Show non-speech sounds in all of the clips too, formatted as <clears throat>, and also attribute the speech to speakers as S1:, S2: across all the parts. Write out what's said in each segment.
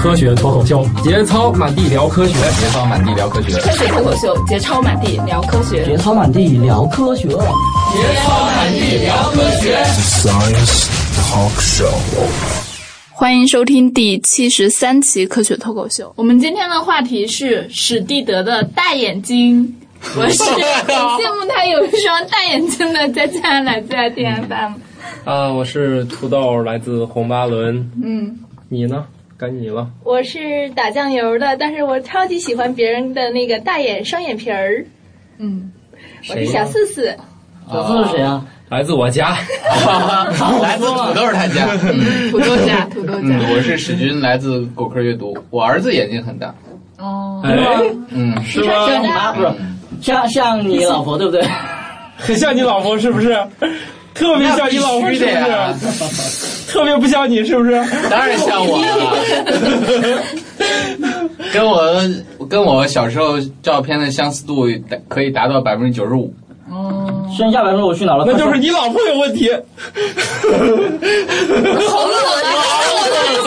S1: 科学脱口秀，节操满地聊科学，
S2: 节操满地聊科学，
S3: 科学脱口秀，节操满地聊科学，
S4: 节操满地聊科学，节
S5: 操满地聊科学。
S6: Science Talk Show。
S3: 欢迎收听第七十三期《科学脱口秀》。我们今天的话题是史蒂德的大眼睛。我是很羡慕他有一双大眼睛的，在加拿大在 D F M。
S1: 啊，我是土豆，来自红巴伦。
S3: 嗯，
S1: 你呢？该你了。
S7: 我是打酱油的，但是我超级喜欢别人的那个大眼双眼皮儿。
S3: 嗯，
S7: 我是小四四。
S4: 小四是谁啊？
S1: 来自我家，
S2: <laughs> 来自土豆他家，
S3: 嗯土豆家，土豆家。
S2: 嗯我是史军，来自果壳阅读。我儿子眼睛很大，
S3: 哦，
S1: 哎
S2: 嗯，
S1: 是吗？
S4: 像你妈不是，像像你老婆对不 <laughs> 对？
S1: 很像你老婆是不是？特别像你老婆
S2: 必
S1: 是
S2: 须
S1: 不
S2: 的
S1: 是？
S2: 呀
S1: 特别不像你是不是？
S2: 当然像我了。跟我跟我小时候照片的相似度达可以达到百分之九十五， <laughs>
S4: 剩下百分之五去哪儿了？
S1: 那就是你老婆有问题。
S3: 好冷啊！
S2: 你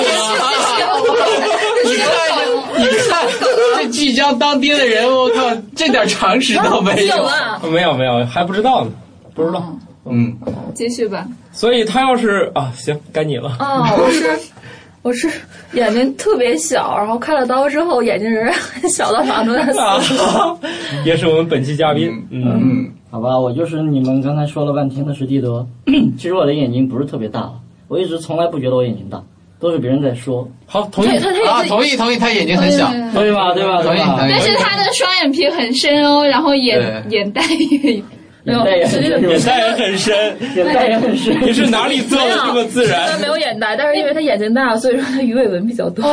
S2: 看，你看，这即将当爹的人，我靠，这点常识都没
S3: 有
S2: 有。
S3: 啊，
S1: 没有没有，还不知道呢，不知道。
S2: 嗯，
S3: 继续吧。
S1: 所以他要是啊，行，该你了。
S8: <laughs> 啊、我是我是眼睛特别小，然后开了刀之后眼睛仍然很小到哪都在死。
S1: 啊， <laughs> 也是我们本期嘉宾。嗯，
S2: 嗯，
S4: 好吧，我就是你们刚才说了半天的史蒂 <clears throat> 德。其实我的眼睛不是特别大，我一直从来不觉得我眼睛大，都是别人在说，
S1: 好，同意
S8: 对，。他
S3: 嗯
S2: 啊，
S8: 他也
S2: 同意同意，他眼睛很小，
S4: 对吧？对吧？
S2: 同
S4: 对
S2: 意
S4: 吧
S2: 同？
S3: 但
S2: 意
S3: 是。他的双眼皮很深哦，然后眼
S2: 对
S3: 眼袋也
S4: 眼袋也很深，
S1: 眼袋也很深，
S4: 眼袋也很深。
S1: <laughs> 你是哪里做的这么自
S8: 他
S4: <laughs>
S1: 然？
S8: 没有眼袋，但是因为他眼睛大，所以说他鱼尾纹比较多。
S3: 哎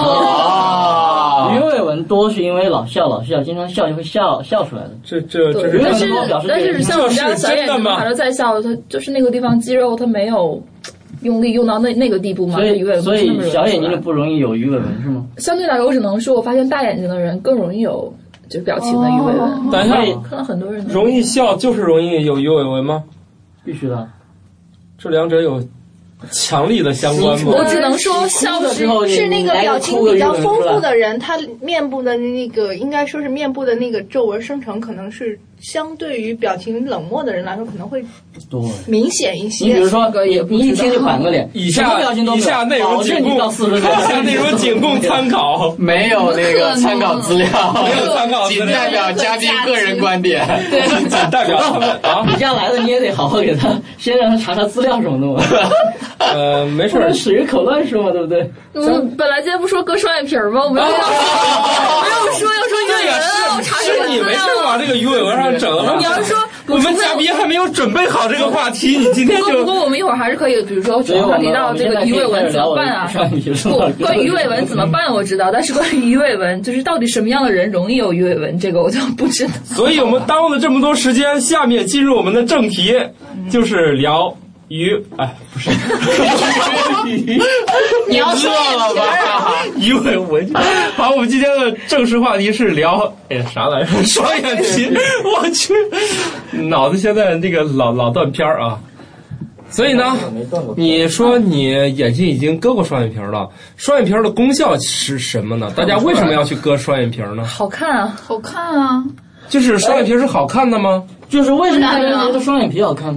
S4: 鱼
S2: 哦，
S4: 尾纹多是因为老笑，老笑，经常笑就会笑笑出来的。
S1: 这这这
S4: 鱼
S1: 是
S4: 尾
S8: 但
S4: 纹
S8: 是
S4: 多表示
S8: 但是
S4: 对
S8: 像我们家
S1: 这是
S8: 小眼
S1: 真的
S8: 睛
S1: 吗
S8: 还是在笑，他就是那个地方肌肉他没有用力用到那那个地步嘛，
S4: 所
S8: 鱼尾
S4: 以
S8: 纹不
S4: 所
S8: 是那么
S4: 以
S8: 容易
S4: 小眼睛
S8: 出
S4: 就
S8: 来
S4: 不容易有鱼尾纹是吗？
S8: 相对来说，我只能说我发现大眼睛的人更容易有就表情的鱼尾纹。
S1: 等一
S4: 所以
S1: 下，
S8: 看到很多人
S1: 容易笑就是容易有鱼尾纹吗？
S4: 必须的。
S1: 这两者有强力的相关吗？
S8: 我只能说笑
S4: 的
S8: 的
S4: 时
S8: 时
S4: 候
S8: 候
S7: 是那个表情比较丰富
S4: 的。
S7: 的人，他面部的那个应该说是面部的那个皱纹生成，可能是相对于表情冷漠的人来说，可能会
S4: 对，
S7: 明显一
S4: 你比
S7: 些
S4: 如。说
S8: 这个也，不
S4: 你一天
S8: 知
S4: 就
S8: 道
S4: 板个脸，
S1: 以
S4: 什么
S1: 下
S4: 表情都
S1: 以
S4: 没有
S1: 下内
S4: 保
S1: 容
S4: 证
S1: 仅
S4: 你
S1: 供
S4: 到四十
S1: 以
S4: 岁，
S1: 下内容仅供
S4: <laughs>
S1: 参考。
S2: 没有那个参考资料，
S1: 没有参
S4: 哦
S1: 考资料
S2: 仅代表嘉宾个人观点。
S1: 仅代表他们
S4: <laughs>
S1: 啊
S4: 你，这样来了，你也得好好给他，先让他查查资料什么的嘛， <laughs>
S1: 呃，没事
S4: 不
S1: 儿
S4: 能，死于口乱说嘛，对不对？
S8: 我们嗯本来今天不说割双眼皮儿吗？我们要没有说要说
S1: 这
S8: 英语
S1: 个
S8: 啊，我
S1: 哎是
S8: 查
S1: 是你没事儿啊
S8: 了。
S1: 把这个鱼尾纹上整了
S8: 你
S1: 吧？
S8: 要是说
S1: 我们嘉宾还没有准备好这个话题，你今天
S8: 不过不
S1: 就
S8: 过我们一会儿还是可以，比如说主
S4: 所以我
S8: 要
S4: 们
S8: 提到这个
S4: 啊
S8: 鱼尾纹怎么办啊？不，
S4: <laughs>
S8: 关于鱼尾纹怎么办我知道，但是关于鱼尾纹，就是到底什么样的人容易有鱼尾纹，这个我就不知道。
S1: 所以我们耽误了这么多时间，下面进入我们的正题，就是聊鱼，哎，不是
S2: 你要说了吧？
S1: 鱼尾纹。好，我们今天的正式话题是聊，哎，啥来着？双眼皮，我去，脑子现在这个老老断片儿啊。所以呢，你说你眼睛已经割过双眼皮儿了，双眼皮儿的功效是什么呢？大家为什么要去割双眼皮儿呢？
S8: 好看啊，
S3: 好看啊！
S1: 就是双眼皮儿是好看的吗？
S4: 就是为什么大家觉得双眼皮好看？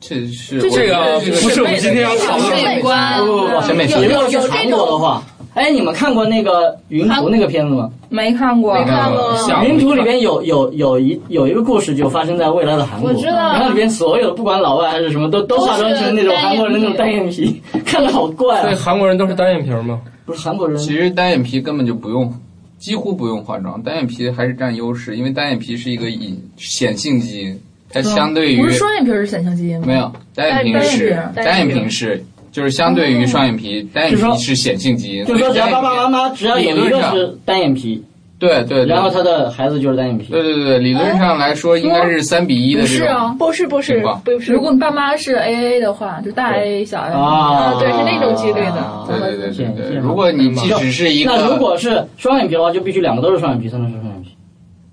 S2: 这是
S1: 这个不是我们今天要讨论的。
S3: 美观
S2: 啊
S4: 不不不，
S2: 审美
S4: 你
S2: 疲
S4: 如
S2: 劳。
S4: 果去韩国的话，哎，你们看过那个云图那个片子吗？
S8: 没看过，
S3: 看过
S1: 想
S4: 云图里边有有有一有一个故事就发生在未来的韩国，
S3: 我知道
S4: 然后里边所有的不管老外还是什么，都都化妆成那种韩国人那种单眼皮，看着好怪
S1: 对
S4: 啊！
S1: 韩国人都是单眼皮儿吗？
S4: 不是韩国人，
S2: 其实单眼皮根本就不用，几乎不用化妆，单眼皮还是占优势，因为单眼皮是一个隐显性基因，它相对于
S8: 不是双眼皮儿是显性基因吗？
S2: 没有单眼皮是
S8: 单
S2: 单
S8: 单眼皮
S2: 眼皮是就是相对于双眼皮，单眼
S4: 哦就说
S2: 皮是显性基因，
S4: 就是说只要
S2: 所以
S4: 爸
S2: 单眼
S4: 爸
S2: 皮
S4: 妈妈只要有一个是单眼皮，
S2: 对对，对
S4: 然后他哎的孩子就是单眼皮。
S2: 对对对对，理论上来说应该是三比一的
S8: 不
S2: 这
S8: 是
S4: 哦
S2: 种，
S8: 啊，
S7: 不是不是
S2: 情况
S7: 不是，
S8: 如果你爸妈是 A A 的话，就大 A 小 A。
S4: 啊
S7: 啊对是那种几率的
S4: 啊
S2: 对对对对
S4: 见
S2: 对。
S4: 见
S2: 如果你即使是一
S4: 那如
S2: 个，
S4: 果是双眼皮的话，就必须两个都是双眼皮才能是双眼皮。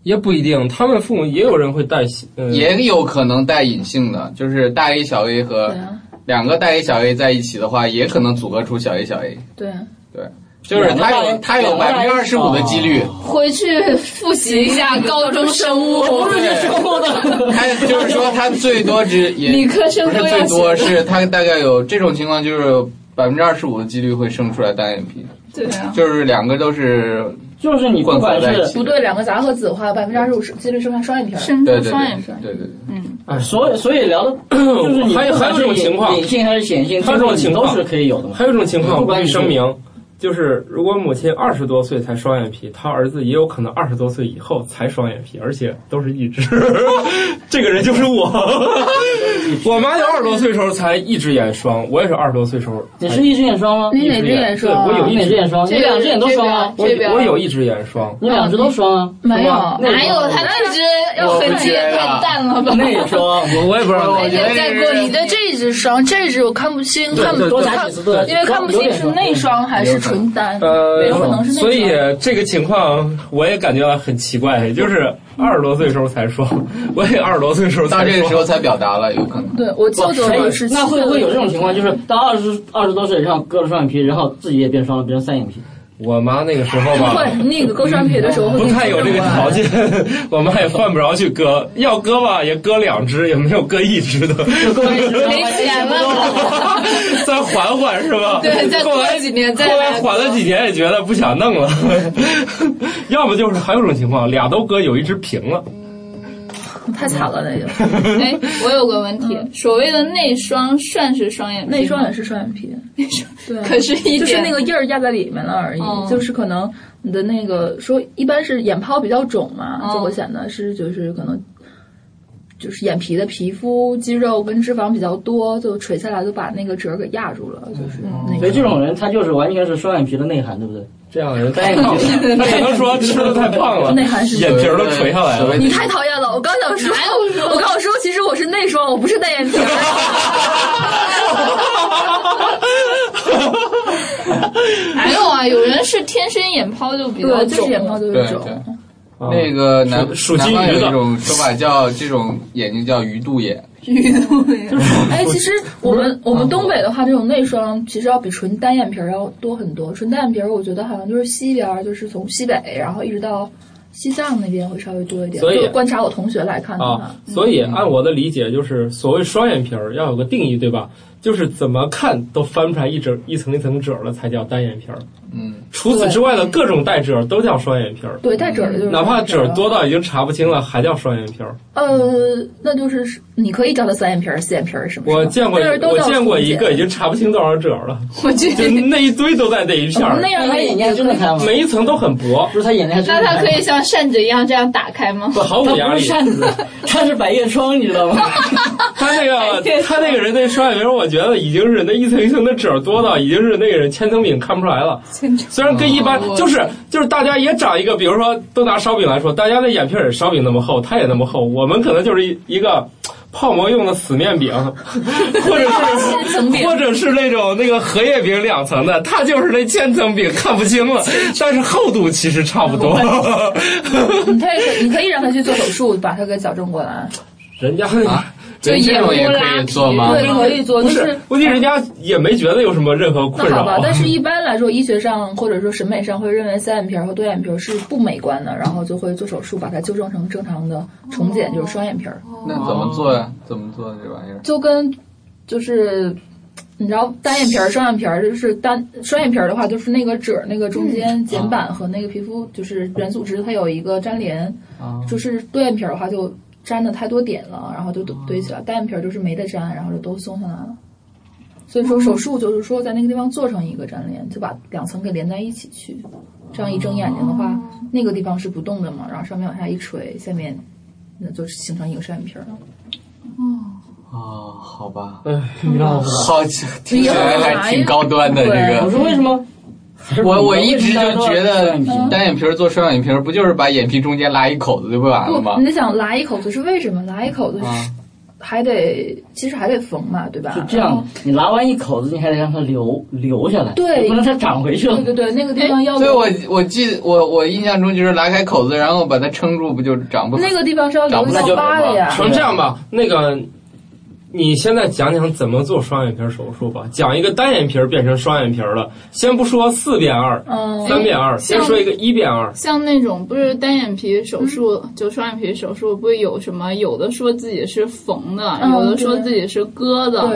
S1: 也不一定，他们父母也有人会带洗，呃、
S2: 也有可能带隐性的，就是大 A 小 A 和
S8: 对啊，
S2: 两个大 A 小 A 在一起的话，也可能组合出小 A 小 A。
S8: 对啊，
S2: 对，就是他有他有百分之二十五的几率，
S4: 哦
S3: 回去复习一下高中生物，我不是学生物的，
S2: 他就是说他最多
S4: <laughs>
S2: 只也
S3: 理科生
S2: 不是
S3: 都
S2: 最
S3: 要
S2: 多，
S3: 学
S2: 是他大概有这种情况，就是百分之二十五的几率会生出来单眼皮，
S3: 对啊，
S2: 就是两个都是
S4: 就是你不
S2: 混合
S4: 管
S2: 在一
S4: 是
S2: 起
S8: 不
S2: 的。
S8: 对，两个杂合子的话，百分之二十五是几率生下双眼皮儿。
S3: 生
S2: 对
S3: 出
S2: 对
S3: 双眼皮
S2: 对。对对对，
S4: 所以所以聊
S1: <clears throat>
S4: 的，就是你
S1: 还有
S4: 不
S1: 还
S4: 管是
S1: 有这种情况
S4: 隐性还是显性，
S1: 还有这种情况
S4: 都是可以有的嘛。
S1: 还有一种情况，
S4: 不
S1: 我
S4: 管
S1: 必
S4: 你
S1: 须
S4: 是
S1: 声明，就是如果母亲二十多岁才双眼皮，她儿子也有可能二十多岁以后才双眼皮，而且都是一只。 <laughs> 这个人就是
S2: <laughs>
S1: 我，我妈就二十多岁时候才一只眼双，我也是二十多岁时候。
S4: 你是一只眼双吗？
S8: 你哪只眼
S1: 对
S8: 双啊？
S1: 我有
S4: 你
S1: 一
S4: 哪只眼双？你
S8: 这个
S4: 两只眼都双啊？
S1: 我
S8: 这边
S1: 我有一只眼双，
S4: 你两只都双啊？
S8: 没有
S4: 是吧
S3: 哪有他这只要黑的也太淡了吧？
S4: 内双？
S1: <laughs> 我嗯我也不知道
S2: 我觉得
S8: 在过你的这一只双，这一只我看不清，看不
S4: 多打几次对，
S8: 因为看不清是内双还是纯单，
S1: 呃
S8: 有可能是，内双。
S1: 所以这个情况我也感觉到很奇怪，就是二十多岁时候才双，我也二十多岁时候才
S2: 到
S1: 双。
S2: 这个时候才表达了，有可能。
S8: 对我舅
S4: 哇
S8: 舅
S4: 哎
S8: 是
S4: 那会不会有这种情况，就是到二十二十多岁以上割了双眼皮，然后自己也变双了，变成三眼皮？
S1: 我妈那个时候吧，
S3: <laughs>
S8: 会那个
S4: 嗯
S8: 割双皮的时候会
S1: 不太有这个条件， <laughs> 我妈也犯不着去割，要割吧也割两只，也没有割一只的，
S2: 啊
S3: 没钱了，
S1: <laughs> 再缓缓是吧？
S3: 对，再
S1: 后
S3: 过
S1: 来
S3: 几年
S2: <laughs>
S3: 再
S1: 后来
S3: 来
S1: 缓了几年也觉得不想弄了， <laughs> 要么就是还有种情况，俩都割有一只平了，
S8: 太惨了，那个
S3: 哎，我有个问
S2: 嗯
S3: 题，所谓的内双算是双眼皮吗
S8: 内双也是双眼皮，内
S3: 双
S8: 对，
S3: 可是一
S8: 就是
S3: 点
S8: 那个印儿压在里面了而已，
S3: 哦
S8: 就是可能你的那个说一般是眼泡比较肿嘛，
S3: 哦
S8: 就会显得是就是可能就是眼皮的皮肤肌肉跟脂肪比较多，就垂下来就把那个褶儿给压住了，就是那
S4: 所以
S8: 个。
S4: 这种人他就是完全是双眼皮的内涵，对不对？
S1: 这样人
S3: 哎
S4: 单眼皮的
S1: 他可能说吃的太胖了，
S8: 内涵是
S1: 眼皮儿都垂下来
S2: 所谓
S1: 了
S2: 的。
S8: 你太讨厌了！我刚想说， <laughs> 我刚想说，其实我是内双，我不是单 <laughs> 眼皮。
S3: <laughs> 还有啊，有人是天生眼泡就比较
S8: 对，就是
S3: 肿，
S8: 眼泡就是
S2: 对
S8: 肿。
S2: 对，
S1: 啊
S2: 那个南
S1: 属属
S2: 南
S1: 金
S2: 方
S1: 鱼的
S2: 有一种说法叫这种眼睛叫鱼肚眼，
S8: 哎，其实我们我
S1: 啊
S8: 们东北的话，这种内双其实要比纯单眼皮儿要多很多。纯单眼皮儿，我觉得好像就是西边儿，就是从西北，然后一直到西藏那边会稍微多一点。
S1: 所以
S8: 就观察我同学来看的话，
S1: 啊，所以按我的理解，就是所谓双眼皮儿要有个定义，对吧？就是怎么看都翻不出来一整一层一层褶儿了，才叫单眼皮儿。
S2: 嗯，
S1: 除此之外的各种带褶儿都叫双眼皮儿，
S8: 对带褶儿的就是
S1: 哪怕褶儿
S8: 儿
S1: 多，到已经查不清了，还叫双眼皮儿。
S8: 呃，那就是你可以叫它三眼皮儿、四眼皮儿什么什么。
S1: 我见过，
S8: 但是都
S1: 我
S8: 叫
S1: 见过
S8: 重
S1: 一
S8: 眼
S1: 个已经查不清多少褶儿了，
S3: 我觉
S1: <laughs> 就
S8: <laughs>
S3: 得
S1: 那一堆都在那一片儿
S8: 那，
S4: <laughs>
S8: 样
S4: 那他眼睛还真的开吗？
S1: 每一层都很薄，
S4: 不是他眼睛还真
S3: 那
S4: 的
S3: 它
S4: 开吗
S3: 可以像扇子一样这样打开吗？
S1: 不毫无压
S4: 他不
S1: 力
S4: 是。扇子， <laughs> 他是百叶窗，你知道吗？
S1: 他那
S8: <laughs>
S1: 个他那个人那双眼皮儿，我觉得已经是那一层一层的褶儿多到已经是那个人千层饼看不出来了。虽然跟一般
S8: 哦
S1: 就是就是大家也长一个，比如说都拿烧饼来说，大家的眼皮儿也烧饼那么厚，它也那么厚，我们可能就是一一个泡馍用的死面
S8: <laughs>
S1: 饼，或者是
S8: 层饼
S1: 或者是那种那个荷叶饼两层的，它就是那千层饼看不清了，但是厚度其实差不多。
S8: 你可以可以你可以让他去做手术，把它给矫正过来。
S1: <laughs> 人家那个。
S2: 对这种也可以做吗？
S8: 对，可以做，
S1: 啊不，
S8: 就是
S1: 问题人家也没觉得有什么任何困
S8: 那
S1: 扰
S8: 好吧
S1: 啊。，
S8: 但是一般来说，医学上或者说审美上会认为三眼皮儿和多眼皮儿是不美观的，然后就会做手术把它纠正成正常的重睑，就是双眼皮儿，
S2: 那
S3: 哦
S2: 怎么做呀？怎么做这玩意儿？
S8: 就跟就是。你知道单眼皮儿、双眼皮儿，就是单双眼皮儿的话，就是那个褶儿、那个中间睑板和那个皮肤，就是软组织，它有一个粘连。
S2: 啊，
S8: 就是多眼皮儿的话，就粘的太多点了，然后就
S2: 哦
S8: 堆堆起来；单眼皮儿就是没得粘，然后就都松下来了。所以说
S2: 哦
S8: 手术就是说在那个地方做成一个粘连，就把两层给连在一起去。这样一睁眼睛的
S2: 哦
S8: 话，那个地方是不动的嘛，然后上面往下一垂，下面那就形成一个双眼皮儿了。
S2: 哦，好吧，
S4: 哎你让我
S2: 好，听起来还挺高端的这
S4: 我
S2: 个。
S4: 说为什么？
S2: <laughs> 我我一直就觉得
S4: 双眼皮 <laughs>
S2: 单眼皮儿做双眼皮儿，不就是把眼皮中间拉一口子就不完了吗
S8: 不，你？得想拉一口子是为什么？拉一口子是、
S2: 啊，
S8: 还得其实还得缝嘛，对吧？
S4: 就这样，你拿完一口子，你还得让它留留下来，
S8: 对
S4: 不能它长回去
S8: 然
S4: 了
S8: 后。对对对，那个地方要
S2: 哎所以我我记我我印象中就是拉开口子，然后把它撑住，不就长不
S8: 那个地方是要留一道疤的呀。
S1: 说这样吧，那个你现在讲讲怎么做双眼皮手术吧，讲一个单眼皮变成双眼皮了。先不说四变二、
S8: 嗯，
S1: 三变二，先说一个一变二。
S3: 像那种不是单眼皮手术，就双眼皮手术，不是有什么有的说自己是缝的，
S8: 嗯
S3: 有的说自己是割的，
S2: 啊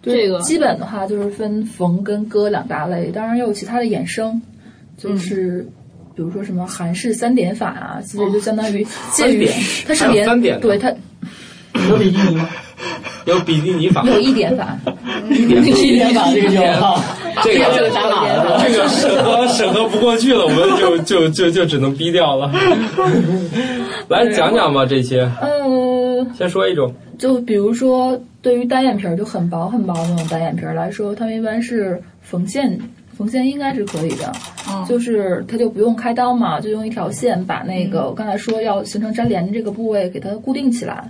S8: 对。
S3: 这个
S8: 基本的话就是分缝跟割两大类，当然也有其他的衍生，就是
S1: 嗯
S8: 比如说什么韩式三点法啊，其实就相当于介于、它是
S1: 还有
S8: 连
S1: 哦三点的
S8: 对它
S4: 有比基尼吗？
S1: 有比基尼法，
S8: 有一点
S1: <laughs>
S8: 法，
S4: 一点吧，这个就好。
S1: 这个
S8: 这个打码了
S1: 这个审核审核不过去了，我们就就就就只能逼掉了。来讲讲吧，这些
S8: 呃，
S1: 先说一种，
S8: 就比如说对于单眼皮儿就很薄很薄的那种单眼皮儿来说，他们一般是缝线，缝线应该是可以的，就是它就不用开刀嘛，就用一条线把那个、我刚才说要形成粘连的这个部位给它固定起来，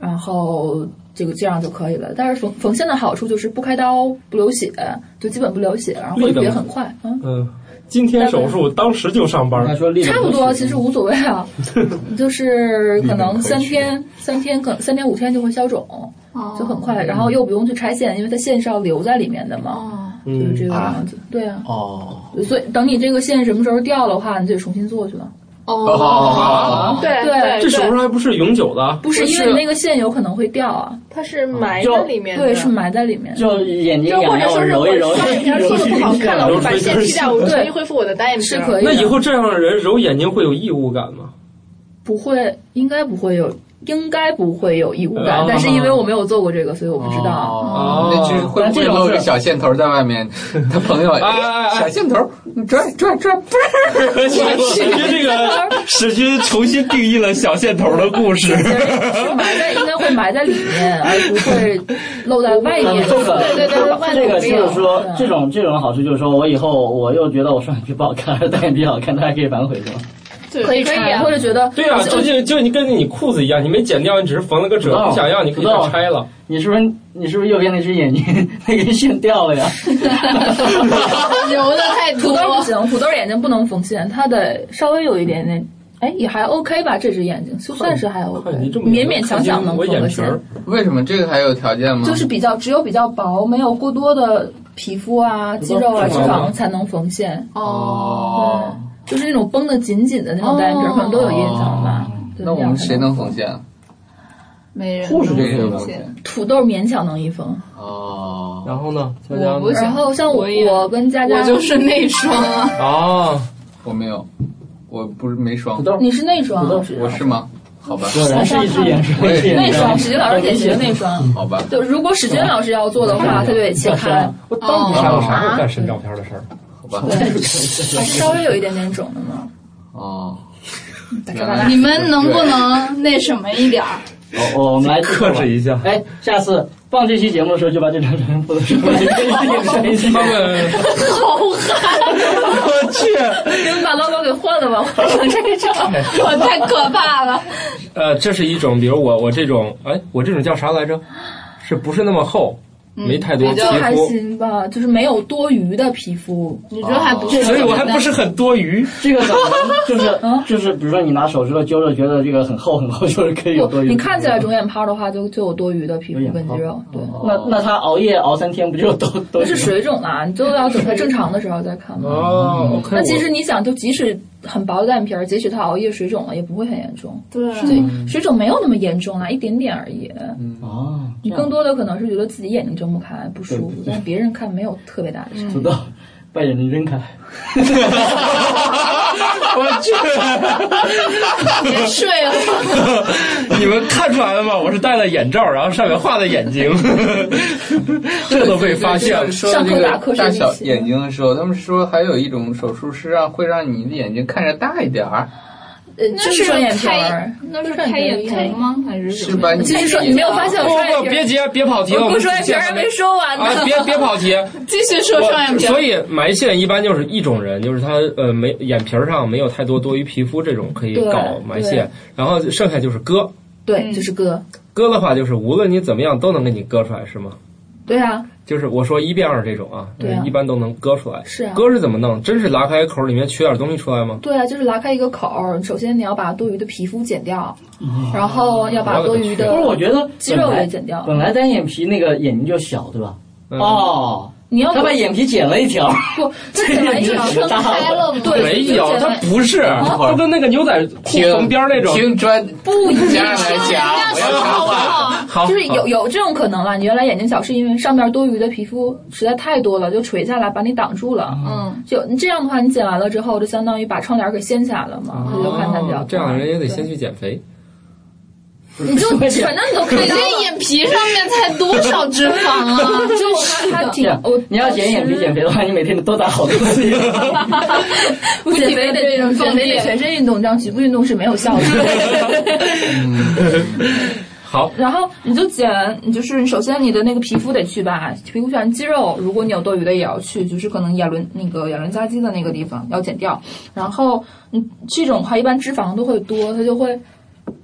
S8: 然后这个这样就可以了。但是缝缝线的好处就是不开刀不流血，就基本不流血，然后恢复也很快，嗯。
S1: 嗯，今天手术，当时就上
S4: 他
S1: 班，
S4: 说力量
S8: 差不多，
S4: 可
S8: 其
S4: 取
S8: 实无所谓啊， <laughs> 就是可能三天、三天可三天五天就会消肿，就
S3: 哦
S8: 很快，然后又不用去拆线，因为它线是要留在里面的嘛，
S3: 哦，
S8: 就是这
S1: 嗯，
S8: 个样子。对啊，
S2: 哦，
S8: 所以等你这个线什么时候掉的话，你就得重新做去了。
S4: <laughs>
S2: 哦
S3: 哦，
S7: 对
S8: 对
S1: 这手术还不是永久的，
S8: 不是因为你那个线有可能会掉啊，
S7: 它是埋在里面的，
S8: 对，是埋在里面的。
S4: 就眼睛
S7: 就或
S4: 痒
S7: 者
S4: 痒，
S7: 说
S4: 我
S7: 是我
S4: 揉一揉， <laughs>
S7: 双眼皮儿
S4: 揉
S7: 做的
S4: 一
S7: 不好看
S4: <laughs>
S7: 了，
S4: 揉
S7: 我就把线剃掉，我重新恢复我的单眼皮。
S8: 是可以啊的，
S1: 那以后这样的人揉眼睛会有异物感
S8: <laughs>
S1: 吗？
S8: 不会，应该不会有，应该不会有异物感
S1: 哦，
S8: 但是因为我没有做过这个，所以我不知道。啊
S2: 哦，那就是会
S4: 那
S2: 不
S4: 这
S2: 会
S4: 种
S2: 露
S4: 事
S2: 个小线头在外面？他朋友，
S1: 哎哎哎
S2: 小线头，你拽拽拽，嘣儿
S1: 史军这个史军重新定义了小线头的故事。
S8: 是埋在应该会埋在里面，而不会露在外面。
S4: 这个
S7: 对对对，万
S4: 这
S7: 能
S4: <laughs> 个
S7: 没
S4: 就
S7: 有
S4: 是说
S8: 对，
S4: 这种这种好处就是说我以后我又觉得我双眼皮不好看，还是单眼皮好看，它还可以反悔是吗？
S7: 对
S8: 可以
S7: 可以
S8: 拆，
S7: 啊
S8: 或。者觉得
S1: <laughs> 对啊，这就就你跟你裤子一样，你没剪掉，你只是缝了个褶，
S4: 不知道
S1: 不想要你可以再拆了。
S4: 你是不是你是不是右边那只眼睛那根线掉
S1: <laughs>
S4: 了呀？
S3: 揉的太
S8: 土
S4: <laughs>
S3: 多
S8: 豆，不行，土豆眼睛不能缝线，它得稍微有一点点，哎，也还 OK 吧，这只眼睛就算是还 OK，
S1: 哎你这么
S8: 勉勉强强能
S1: 我
S8: 缝
S1: 眼
S8: 个
S1: 皮
S8: 线
S1: 儿，，
S2: <laughs> 为什么这个还有条件吗？
S8: 就是比较只有比较薄，没有过多的皮肤啊、肌肉啊、脂肪才能缝线，
S2: 哦，
S8: 就是那种绷得紧紧的那种单眼皮儿，可能都有印象吧。对
S2: 那我们谁能缝线啊？
S3: 没人
S4: 护士就
S2: 这
S4: 可以
S2: 个
S4: 了
S2: 缝。线
S8: 土豆勉强能一缝，
S2: 哦，
S1: 然后呢？佳佳
S3: 我不
S8: 然
S3: 行，
S8: 后像我
S3: 我也
S8: 我跟佳佳
S3: 我就是内双啊，
S1: 哦，
S2: 我没有，我不是没
S4: 土
S2: 双，
S4: 豆，
S8: 你是内
S4: 土
S8: 双，啊
S4: 豆是
S2: 我是吗？好吧，
S4: 果然是一只眼，是一只眼
S8: 内
S4: 睛。
S8: 双，史军老师得学内双。
S2: 好吧，
S8: 就如果史军老师要做的话，他就得切
S4: 啊
S8: 开，哦
S1: 我当哦啥有
S8: 啊
S1: 啥时候干神照片的事儿？
S2: 好吧，
S8: 还是稍微有一点点肿的嘛。
S2: 哦，
S8: 嘎巴拉
S3: 你们能不能那什么一点儿？
S4: 我我我们来
S1: <laughs> 克制一 <laughs> 下。
S4: 哎，下次放这期节目的时候就把这张照片放到上面，一 <laughs> 下。
S1: 他们
S4: 我去，
S8: 你们把 logo 给换了吧，换成这张。
S3: 我太可怕了，
S1: <laughs> 呃，这是一种，比如我我这种，哎，我这种叫啥来着？是不是那么厚，
S8: 嗯
S1: 没太多
S3: 比
S1: 皮
S3: 较
S8: 就还
S1: 肤，
S8: 行吧，就是没有多余的皮肤。
S3: 你这还不是
S1: 所以我还不是很多余。
S4: 这个怎么就是
S8: 嗯
S4: 就是，比如说你拿手指头揪着，觉得这个很厚很厚，就是可以有多余。
S8: 哦你看起来肿眼泡的话，就就有多余的皮肤跟肌肉，对。
S4: 那哦那他熬夜熬三天不就都都
S8: 不
S4: <laughs>
S8: 是水肿啦，你就要等它正常的时候再看嘛。
S1: 哦，OK，
S8: 那其实你想，就即使很薄的单眼皮儿，即使它熬夜水肿了，也不会很严重。
S3: 对
S8: 对，啊水肿没有那么严重啊啦，一点点而已。
S4: 哦，
S8: 你更多的可能是觉得自己眼睛睁不开，不舒服，但别人看没有特别大的事。
S4: 土豆把眼睛睁开，
S1: 我去。
S3: 别睡了，
S1: <laughs> 你们看出来了吗？我是戴了眼罩，然后上面画的眼
S8: <laughs>
S1: 睛，这都被发现了。
S2: 说这个大小眼睛的时候，他们说还有一种手术是让会让你的眼睛看着大一点儿，
S8: 呃，
S3: 那
S8: 就是双眼皮
S3: 开
S8: 儿，
S3: 那是开眼瞳吗？还是什
S2: 是
S3: 么？
S2: 吧？你
S8: 其实说你没有哦发现
S1: 哦不
S8: 我双眼
S1: 不，
S8: 皮
S1: 别
S8: 儿，
S1: 急，啊别跑题了。
S8: 我
S1: 我
S8: 不
S1: 们
S8: 双眼皮儿
S1: 现在
S8: 还
S1: 还
S8: 没说完
S1: 啊，
S8: 呢。
S1: 别别跑题。
S3: 继续说双眼皮儿
S1: 所以埋线一般就是一种人，就是他呃没眼皮儿上没有太多多余皮肤这种可以
S8: 对
S1: 搞埋线，然后剩下就是割。
S8: <laughs> 对，就是割，
S1: 割的话，就是无论你怎么样都能给你割出来，是吗？
S8: 对啊，
S1: 就是我说一变二这种啊，
S8: 对啊
S1: 一般都能割出来。
S8: 是啊，
S1: 割是怎么弄？真是拉开口里面取点东西出来吗？
S8: 对啊，就是拉开一个口儿，首先你要把多余的皮肤剪掉，然后要把多余
S1: 嗯我
S8: 的
S4: 不是，我觉得
S8: 嗯肌肉也剪掉
S4: 本来单眼皮那个眼睛就小，对吧？
S1: 嗯，
S4: 哦，
S8: 你要
S4: 他把
S8: <laughs>
S4: 眼皮剪了一条，
S8: 不，这剪了一条，
S4: 这个
S3: 撑
S8: 啊
S3: 开了吗？
S8: 对
S1: 没有，
S8: 就
S1: 它
S8: 剪了
S1: 不是，啊它跟那个牛仔裤
S2: 听
S1: 横边那种。
S2: 听专
S8: 不一
S2: 家
S8: 样
S2: 人来讲，不要插
S3: 好不
S8: <laughs>
S2: 话。
S3: 好？
S1: 好，
S8: 就是
S1: 好
S8: 有有这种可能了。你原来眼睛小是因为上边多余的皮肤实在太多了，就垂下来把你挡住了。
S3: 嗯，
S8: 就你这样的话，你剪完了之后，就相当于把窗帘给掀起来了嘛，他就看起来比较
S1: 哦这样的人也得先去减肥。
S8: 你
S1: <laughs>
S8: 就反正你都看
S3: 你
S8: 到
S3: 这眼皮上面才多少脂肪啊？
S8: 就我看他挺
S4: 这样
S8: 我
S4: 你要剪眼皮
S8: 当时
S4: 减肥的话，你每天都打好多
S8: <laughs>
S4: 次。
S8: 不减肥得减肥得全身运动，这样局部运动是没有效的。
S1: 好，
S8: <laughs> 然后你就减，你就是首先你的那个皮肤得去吧，皮肤全肌肉，如果你有多余的也要去，就是可能亚伦那个亚伦夹肌的那个地方要减掉。然后你这种的话，一般脂肪都会多，它就会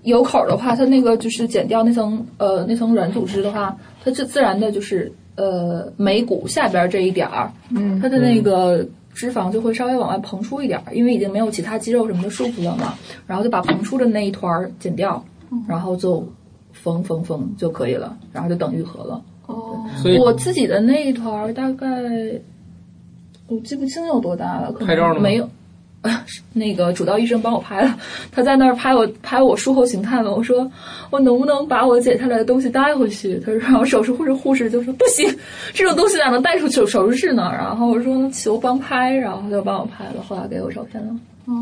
S8: 有口儿的话，它那个就是减掉那层呃那层软组织的话，它就自然的就是呃眉骨下边这一点儿，嗯，它的那个。脂肪就会稍微往外膨出一点儿，因为已经没有其他肌肉什么的束缚了嘛，然后就把膨出的那一团儿减掉，然后就缝缝缝就可以了，然后就等愈合了。
S3: 哦
S1: 所以
S8: 我自己的那一团儿大概我记不清有多大了，可能
S1: 拍照了吗
S8: 没有。 <laughs> 那个主刀医生帮我拍了， <laughs> 他在那儿拍我拍我术后形态嘛。我说我能不能把我剪下来的东西带回去？他说，然后手术护士护士就说不行，这种东西哪能带出去手术室呢？然后我说那求帮拍，然后他就帮我拍了，后来给我照片了。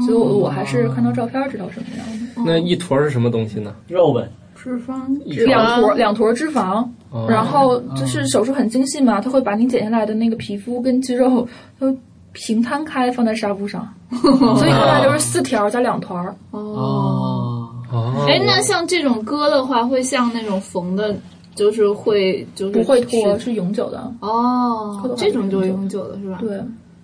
S8: 所以我我还是看到照片知道什么样的，
S1: 那一坨是什么东西呢？
S4: 肉呗，
S7: 脂肪
S1: 一坨
S8: 两坨两坨脂肪，
S1: 嗯哦
S8: 然后就是手术很精细嘛，它会把你剪下来的那个皮肤跟肌肉都平摊开放在纱
S1: <laughs>
S8: 布上，所以后来就是四条加两团儿。
S2: 哦，
S1: 哦
S3: 哎，那像这种割的话，会像那种缝的，就是会就是
S8: 不会脱，
S3: 是
S8: 是永久的。脱
S3: 哦
S8: 的，话
S3: 这种就
S8: 就是是
S3: 永久的是吧？，
S8: 对，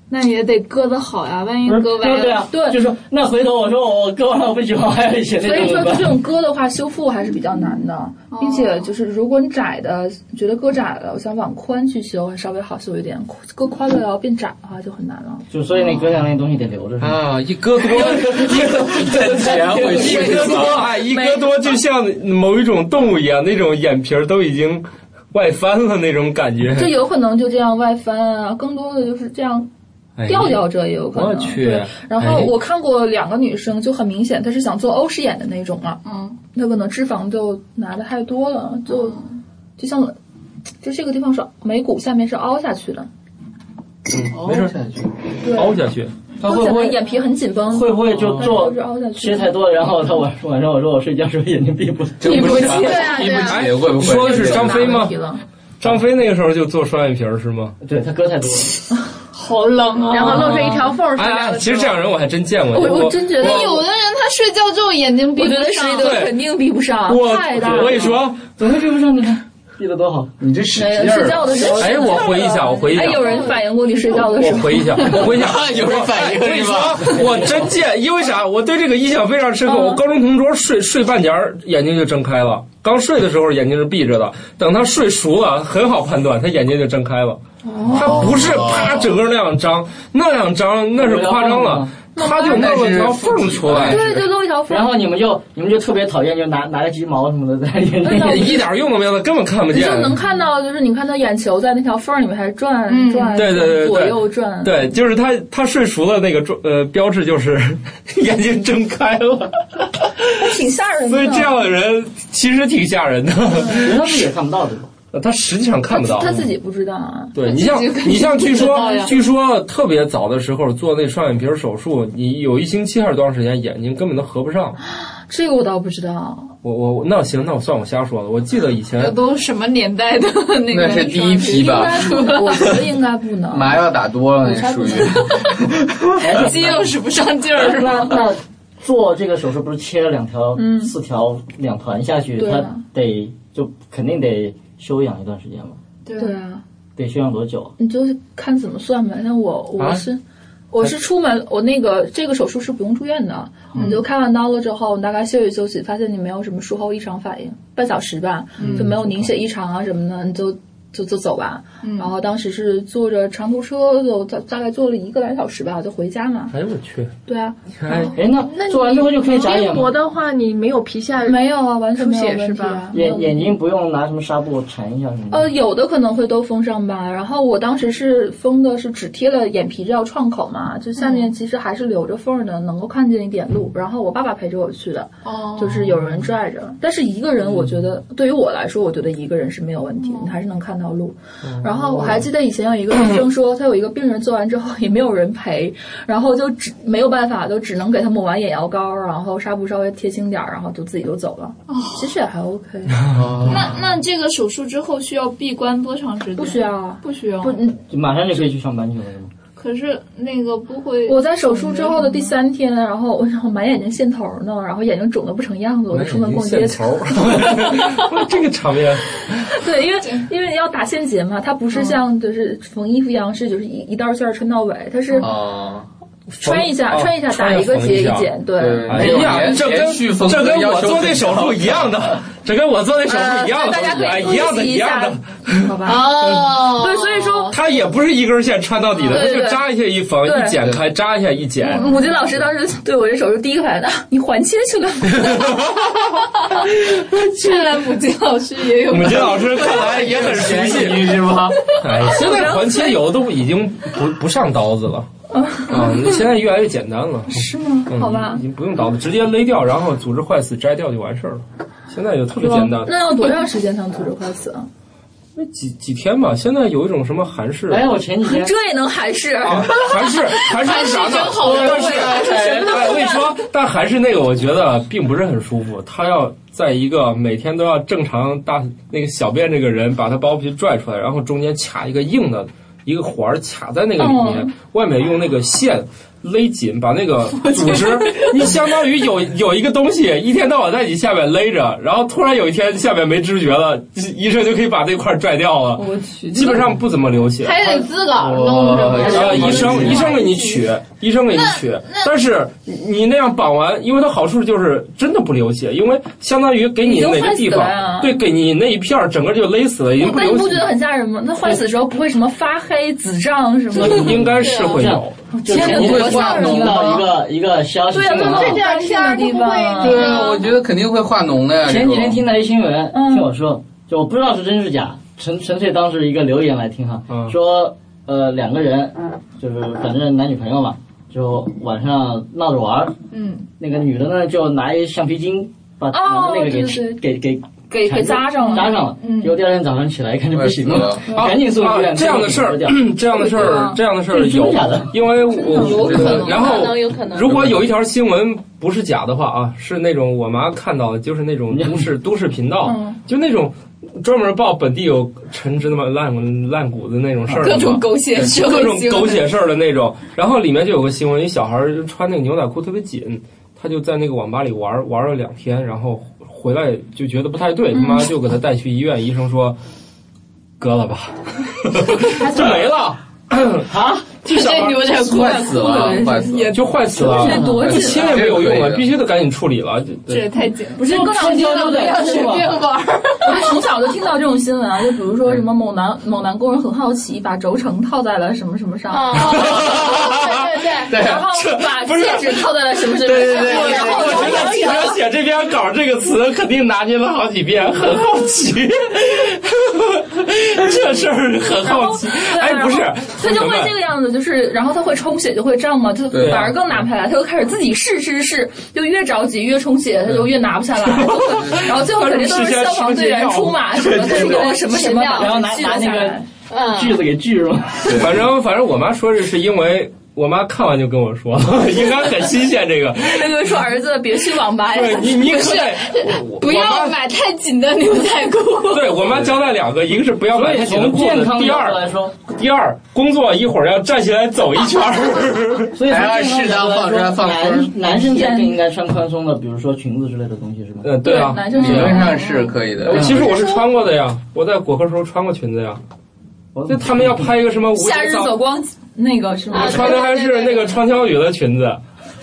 S3: 那也得割的好呀，万一
S4: 不是
S3: 割歪
S4: 对
S3: 了，
S4: 啊，
S8: 对
S4: 就说那回头我说我割完了我不喜欢，还有以前那
S8: 所
S4: 种
S8: 以说
S4: 怎么
S8: 这
S4: 办？
S8: 种割的话，修复还是比较难的，
S1: 哦
S8: 并且就是如果你窄的觉得割窄了，我想往宽去修还稍微好修一点，割宽了要变窄的话就很难了。
S4: 就所以那割下来那东西得留着。是吧
S2: 啊，一割多，捡回
S1: 一
S2: 去
S1: 哥多，哎，一哥多就像某一种动物一样，那种眼皮儿都已经外翻了那种感觉。
S8: 就有可能就这样外翻啊，更多的就是这样
S1: 哎
S8: 掉掉这也有可能。
S1: 我去
S8: 对然后
S1: 哎
S8: 我看过两个女生，就很明显她是想做欧式眼的那种嘛，
S3: 嗯，
S8: 她可能脂肪就拿的太多了，就就像就这个地方是眉骨下面是凹下去的，
S2: 没事下去。
S8: 对，
S1: 凹下去，
S4: 他
S8: 就
S4: 哦会不
S8: 显得
S4: 会
S8: 眼皮很紧绷，
S4: 会不会就
S8: 但是
S4: 做
S8: 都是凹下去
S4: 吃
S8: 的。
S4: 太多，然后他晚晚上我 <laughs> 说我睡觉时候眼睛闭不 <laughs>
S2: 这不是
S8: 对啊对啊
S2: 哎会不会
S1: 说的是张
S2: <laughs>
S1: 飞吗
S8: 问题了
S1: 张飞那个时候就做双眼皮儿是吗？
S4: 对他割太多了，
S3: 好冷啊。
S7: 然后露着一条缝儿出
S1: 哎
S7: 来
S1: 哎，
S7: 了。
S1: 其实这样人我还真见过。
S8: 我我真觉得
S1: 我
S3: 有的人他睡觉之后眼睛闭
S8: 我
S3: 不
S8: 觉得
S3: 上
S8: 实力德肯定比不上，
S1: 我
S8: 太大
S1: 我
S8: 了。
S1: 跟你说，
S4: 怎么会闭不上？你看闭得多好。
S2: 你这使
S8: 没有
S2: 劲
S8: 睡觉
S2: 儿，
S8: 的时候，
S1: 哎，我回忆一下，我回忆一
S8: 哎，
S1: 下
S8: 有，人反映过你睡觉的时
S1: 我
S8: 候，
S1: 回忆一
S2: <laughs>
S1: 下，我回忆一下。
S2: 有人反应是吧？嗯
S1: 我真见，因为啥？我对这个印象非常深刻。我高中同桌睡睡半截儿，眼睛就睁开了。刚睡的时候眼睛是闭着的，等他睡熟了，很好判断，他眼睛就睁开了。他不是啪整个那样张，那样张那是夸张了，
S2: 哦
S1: 他就弄了条缝出来，
S8: 对，就露一条缝
S4: 然。后你们就你们就特别讨厌，就拿拿个鸡毛什么的在眼睛
S1: <laughs>
S8: 那
S1: 一点用都没有，他根本看不
S8: 你
S1: 见
S8: 就。能看到，就是你看他眼球在那条缝儿里面还转、
S3: 嗯
S8: 转，
S1: 对对对对
S8: 左右转，
S1: 对，就是他，他睡熟了那个状呃标志就是 <laughs> 眼睛睁开了，
S8: 挺吓人的。
S1: 所以这样的人其实挺吓人的，
S4: 人他们也看不到对吧？
S1: 呃他实际上看不到。嗯
S8: 他自己不知道啊。
S1: 对你像
S3: 自己可以
S1: 你像，据
S3: 知道
S1: 说
S3: 呀
S1: 据说特别早的时候做那双眼皮儿手术，你有一星期还是多长时间，眼睛根本都合不上。
S8: 这个我倒不知道，
S1: 我我我那行，那我算我瞎说了。我记得以
S3: 这
S8: 哎
S1: 前
S3: 都什么年代的那个？
S2: 那是第一批
S8: 应
S2: 吧
S8: 该？
S1: <laughs>
S8: 不，我觉得应该不能。
S2: 麻药打多了，那属于
S3: 肌肉使不上劲儿是吧？
S4: 那那做这个手术不是切了两条、四条两团下去，
S8: 对
S4: 他
S8: 啊
S4: 得就肯定得休养一段时间吧？
S8: 对啊，
S4: 得休养多久？啊
S8: 你就看怎么算吧。像我，
S1: 啊
S8: 我是。我
S4: 哎
S8: 是出门，我那个这个手术是不用住院的，
S4: 嗯
S8: 你就开完刀了之后，你大概休息休
S4: 嗯
S8: 息，发现你没有什么术后异常反应，半小时吧，就没有凝血异常啊什么的，你就就就走吧。
S4: 嗯
S8: 然后当时是坐着长途车，就大大概坐了一个来小时吧，就回家嘛。
S1: 哎呦我去，
S8: 对啊，
S1: 哎，
S4: 哎，那做完之后就可以眨眼
S9: 筋膜
S4: 吗？
S9: 的话，你没有皮下
S8: 没有啊，完全没有
S9: 出血
S8: 问题
S9: 是
S8: 啊
S9: 吧。
S8: 没有
S4: 眼眼睛不用拿什么纱布缠一下什么的。
S8: 呃，有的可能会都封上吧。然后我当时是封的是只贴了眼皮这道创口嘛，就下面其实还是留着缝儿的，能够看见一点路。然后我爸爸陪着我去的，
S3: 哦
S8: 就是有人拽着。但是一个人，我觉得、对于我来说，我觉得一个人是没有问题，你还是能看到路。然后我还记得以前有一个医生说，他有一个病人做完之后也没有人陪，然后就只没有办法，就只能给他抹完眼药膏，然后纱布稍微贴轻点儿，然后就自己就走了。其实也还 OK，
S3: 那那这个手术之后需要闭关多长时间？
S8: 不需要啊。
S3: 不需要。
S8: 不，嗯
S4: 就马上就可以去上班去了，是吗？
S3: 可是那个不会，
S8: 我在手术之后的第三天，然后 <laughs> 我然后满眼睛线头呢，然后眼睛肿得不成样子，我就出门逛街去。
S1: <laughs> 哇这个场面，
S8: <laughs> 对，因为因为要打线结嘛，它不是像就是缝衣服一样，是就是一一道线儿穿到尾，它是
S2: 哦， <laughs>
S8: 穿一下
S1: 哦
S8: 穿一下打
S1: 穿一
S8: 一个
S1: 缝一
S8: 结
S1: 下
S8: 剪，对。
S1: 哎呀，
S2: 连
S1: 这跟
S2: 连续缝
S1: 这
S2: 合
S1: 跟
S2: 要
S1: 我
S2: 求
S1: 做
S2: 很
S1: 那手
S2: 高
S1: 术一样的，这跟我做那手术一样的，
S8: 呃大家可
S1: 哎，
S8: 以
S1: 一样
S8: 复
S1: 的，
S8: 习
S1: 一
S8: 一
S1: 样
S8: 下
S1: 的。，
S8: <laughs> 好吧？
S3: 哦，
S8: 对，所以说
S1: 它也不是一根线穿到底的，它
S8: 对
S1: 就
S8: 对
S1: 扎一下一缝，
S8: 对
S1: 一剪开，扎一下一剪。
S8: 母鸡老师当时对我这手术第一个反应，啊你还切去了吗？
S3: <laughs> 看来母鸡老师也
S8: <laughs>
S1: <laughs>
S3: 有
S1: 我。们金老师看来也很熟悉，
S2: 是吗？
S1: 哎，现在环切有的都已经不不上刀子 <laughs> 了，啊，现在越来越简单了，嗯
S8: 是吗？好吧
S1: 已。经不用刀子，直接勒掉，然后组织坏死摘掉就完事儿了。现在就特别简单，
S8: 那要多长时间才能吐出快死啊？
S1: 那几几天吧。现在有一种什么韩式，
S4: 哎，我前几天
S8: 这也能还是？
S1: 啊，韩式韩式是啥呢？但是
S8: 什么都
S1: 哎，我跟你说，但韩式那个我觉得并不是很舒服，他要在一个每天都要正常大那个小便这个人把他包皮拽出来，然后中间卡一个硬的一个环儿卡在那个里面，外面用那个线。勒紧，把那个组织，你相当于有有一个东西一天到晚在你下面勒着，然后突然有一天下面没知觉了，医生就可以把那块儿拽掉了，
S8: 我去，
S1: 基本上不怎么流血。
S3: 还得自个儿弄着
S2: 我
S3: 吗？
S1: 呃，
S2: 嗯
S1: 医生医生给你取，医生给你取，但是你你那样绑完，因为它好处就是真的不流血，因为相当于给你
S8: 已经
S1: 哪个
S8: 坏死
S1: 地方
S8: 了呀，
S1: 对，给你那一片儿整个就勒死了，已经不
S8: 那你
S1: 流
S8: 不
S1: 血
S8: 觉得，很吓人吗？那坏死的时候不会什么发黑、紫胀什么的？
S1: 应该是会有。
S4: 就前几
S2: 天
S4: 天
S2: 哪
S4: 听到一个一个消息
S8: 对啊，
S4: 新闻
S8: 那
S4: 啊
S8: 这，点
S7: 这样
S8: 天地
S7: 就不会
S8: 方，
S2: 对啊，我觉得肯定会化脓的呀。
S4: 前几天听到一新闻，
S8: 嗯
S4: 听我说，就我不知道是真是假，纯纯粹当时一个留言来听哈
S1: 嗯，
S4: 说呃两个人就是反正男女朋友嘛，就晚上闹着玩儿，
S8: 嗯，
S4: 那个女的呢就拿一橡皮筋把男
S8: 哦
S4: 的那个给
S8: 对
S4: 给
S8: 对
S4: 给
S8: 给给扎上了，
S4: 扎上了，
S8: 嗯
S4: 结果第二天早上起来一看就不行了，
S1: 啊
S4: 赶紧送医
S1: 啊
S4: 院。
S1: 这样的事儿
S4: 这个，
S1: 这样的事
S8: 对
S1: 儿
S8: 啊，
S1: 这样的事
S4: 这
S1: 儿
S4: 是真
S1: 有
S4: 的假的，
S1: 因为啊我
S2: 能
S1: 然
S9: 有可
S1: 后
S9: 能有可能
S1: 如果有一条新闻不是假的话啊，是那种我妈看到的，就是那种都市都市频道
S8: 嗯，
S1: 就那种专门报本地有陈芝麻烂烂谷子那种事儿的嘛，
S3: 各种狗血，社
S1: 各
S3: 会
S1: 种
S3: 新闻
S1: 狗血事儿的那种。然后里面就有个新闻，一小孩儿就穿那个牛仔裤特别紧，他就在那个网吧里玩儿玩了两天，然后回来就觉得不太对，他妈就给他带去医院，医生说割了 <laughs> 吧，就没了，
S4: 啊，
S1: 就小孩
S3: 这
S1: 儿
S3: 有点过
S2: 坏死了，坏死了。
S1: 就坏死了。
S8: 多
S1: 不
S8: 紧
S1: 切
S8: 啊！
S1: 也没有用啊
S2: 这，个
S1: 必须得赶紧处理了。
S3: 这
S1: <laughs>
S3: 也太紧了。
S8: 不是，更让
S4: 穿
S8: 人
S4: 胶
S8: 觉
S4: 都
S8: 得
S4: 得是吗？
S3: 管
S8: 啊我从小就听到这种新闻啊，就比如说什么某男某男工人很好奇，把轴承套在了什么什么上，
S3: <laughs> 对对
S8: <laughs>
S3: 对，
S2: 啊
S8: 然后把戒指套在了什么什么上，然后
S1: 我觉得记者写这篇稿这个词肯定拿捏了好几遍，很好奇，这事儿很好奇。哎，不是，
S8: 他就会这个样子，就是然后他会充血就会胀嘛，就
S2: 对啊
S8: 反而更拿不下来，他就开始自己试试试，就越着急越充血，他就越拿不下来，就会 <laughs> 然后最后肯定都是消防队员出马什么的，有什么什么，
S4: 然后拿拿那个锯
S7: 啊
S3: 嗯，
S4: 子给锯了。
S1: 反正反正我妈说这是因为我妈看完就跟我说，应该很新鲜这个。
S8: 那个说儿子别去网吧呀
S1: 对，你你可得我我
S3: 不
S1: 我
S3: 要
S1: 妈
S3: 买太紧的牛仔裤。
S1: 对我妈交代两个，一个是不要买太紧的
S4: 从
S1: 裤
S4: 健
S1: 子，
S4: 康的
S1: 第
S4: 角度
S1: 二
S4: 来说，
S1: 第二工作一会儿要站起来走一圈
S8: <laughs>
S1: 儿。
S4: 所以从健康的角度来
S2: 哎还要适当
S4: 说，
S2: 放宽
S4: 男男生才更应该穿宽松的，比如说裙子之类的东西，是吗？
S1: 呃，对啊，
S8: 男生
S2: 理论上是可以的
S1: 我，哎
S4: 嗯
S1: 其实我是穿过的呀，我在果壳时候穿过裙子呀。
S4: 我
S1: 那他们要拍一个什么无
S8: <laughs> 夏日
S1: 节操
S8: 走光那个是吗？
S1: 我穿的还是那个长枪雨的裙子。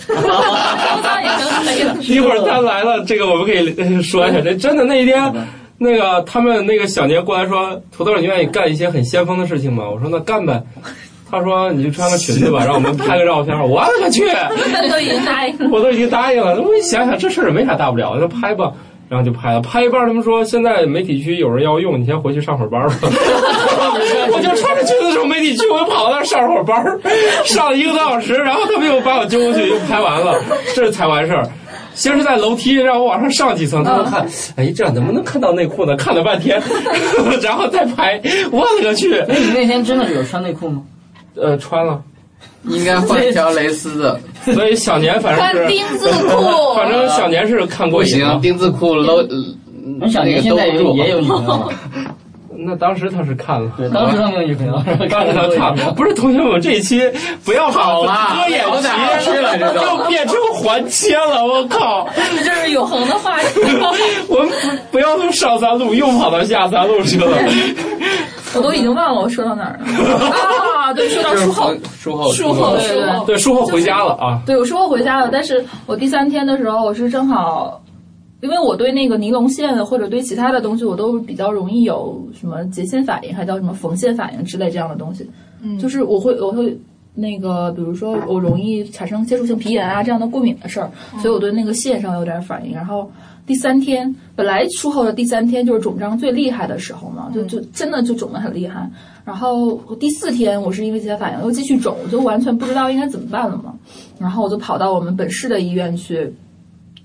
S8: 也真黑了。
S1: 一会儿他来了，这个我们可以呃说一下。这真的那一天，那个他们那个小年过来说，土豆，你愿意干一些很先锋的事情吗？我说那干呗。他说你就穿个裙子吧，让我们拍个照片。我勒个去！
S3: 都已经
S1: <laughs>
S3: 答应了。
S1: 我都已经答应了。我一想想这事儿也没啥大不了，那拍吧。然后就拍了，拍一半他们说现在媒体区有人要用，你先回去上会儿班吧。 <laughs> 我就穿着裙子从媒体区，我就跑到那儿上会儿班儿，上了一个多小时，然后他们又把我揪过去，又拍完了，这才完事儿。先是在楼梯让我往上上几层，他
S2: 嗯
S1: 们看，哎，这样能不能看到内裤呢？看了半天， <laughs> 然后再拍，我勒个去！
S4: 哎，你 <laughs> 那天真的有穿内裤吗？
S1: 呃，穿了，
S2: 应该换一条蕾丝的，
S1: 所以小年反正
S3: 穿
S1: 是，
S3: 丁字
S1: <laughs>
S3: 裤，
S1: 反正小年是看
S2: 不
S1: 过瘾
S2: 行，
S1: 了。
S2: 丁字裤搂，
S4: 那小
S2: 那
S4: 年
S2: 个
S4: 现
S2: 兜
S4: 在也
S2: 不
S4: 有
S2: 住
S4: 也有女
S2: <laughs>
S4: 朋友了，
S1: 那当时他是看了。 <laughs>
S4: 对，当时他没有女朋友，然后
S1: 当
S4: 看着
S1: 时他
S4: 都有
S1: 看
S4: 女朋，友
S1: 不是同学们，这一期不要把
S2: 好啦
S1: 割眼
S2: 聊哪儿
S1: 皮
S2: 去了这都
S1: 又变成环切了，我靠！
S3: 这就是永恒的话题。
S1: 我们不不要从上三路又跑到下三路 <laughs> 去了。
S8: 我都已经忘了我说到哪儿了啊！对，说到
S2: 就是
S8: 术后
S2: 皇，术后，
S8: 术后，对对对。
S1: 对，术后回家了啊，
S8: 对，我术后回家了，但是我第三天的时候，我是正好，因为我对那个尼龙线或者对其他的东西，我都比较容易有什么结线反应，还叫什么缝线反应之类这样的东西。嗯，就是我会我会那个，比如说我容易产生接触性皮炎啊这样的过敏的事儿，所以我对那个线上有点反应。然后第三天，本来术后的第三天就是肿胀最厉害的时候嘛，就就真的就肿得很厉害。然后我第四天，我是因为结线反应又继续肿，我就完全不知道应该怎么办了嘛。然后我就跑到我们本市的医院去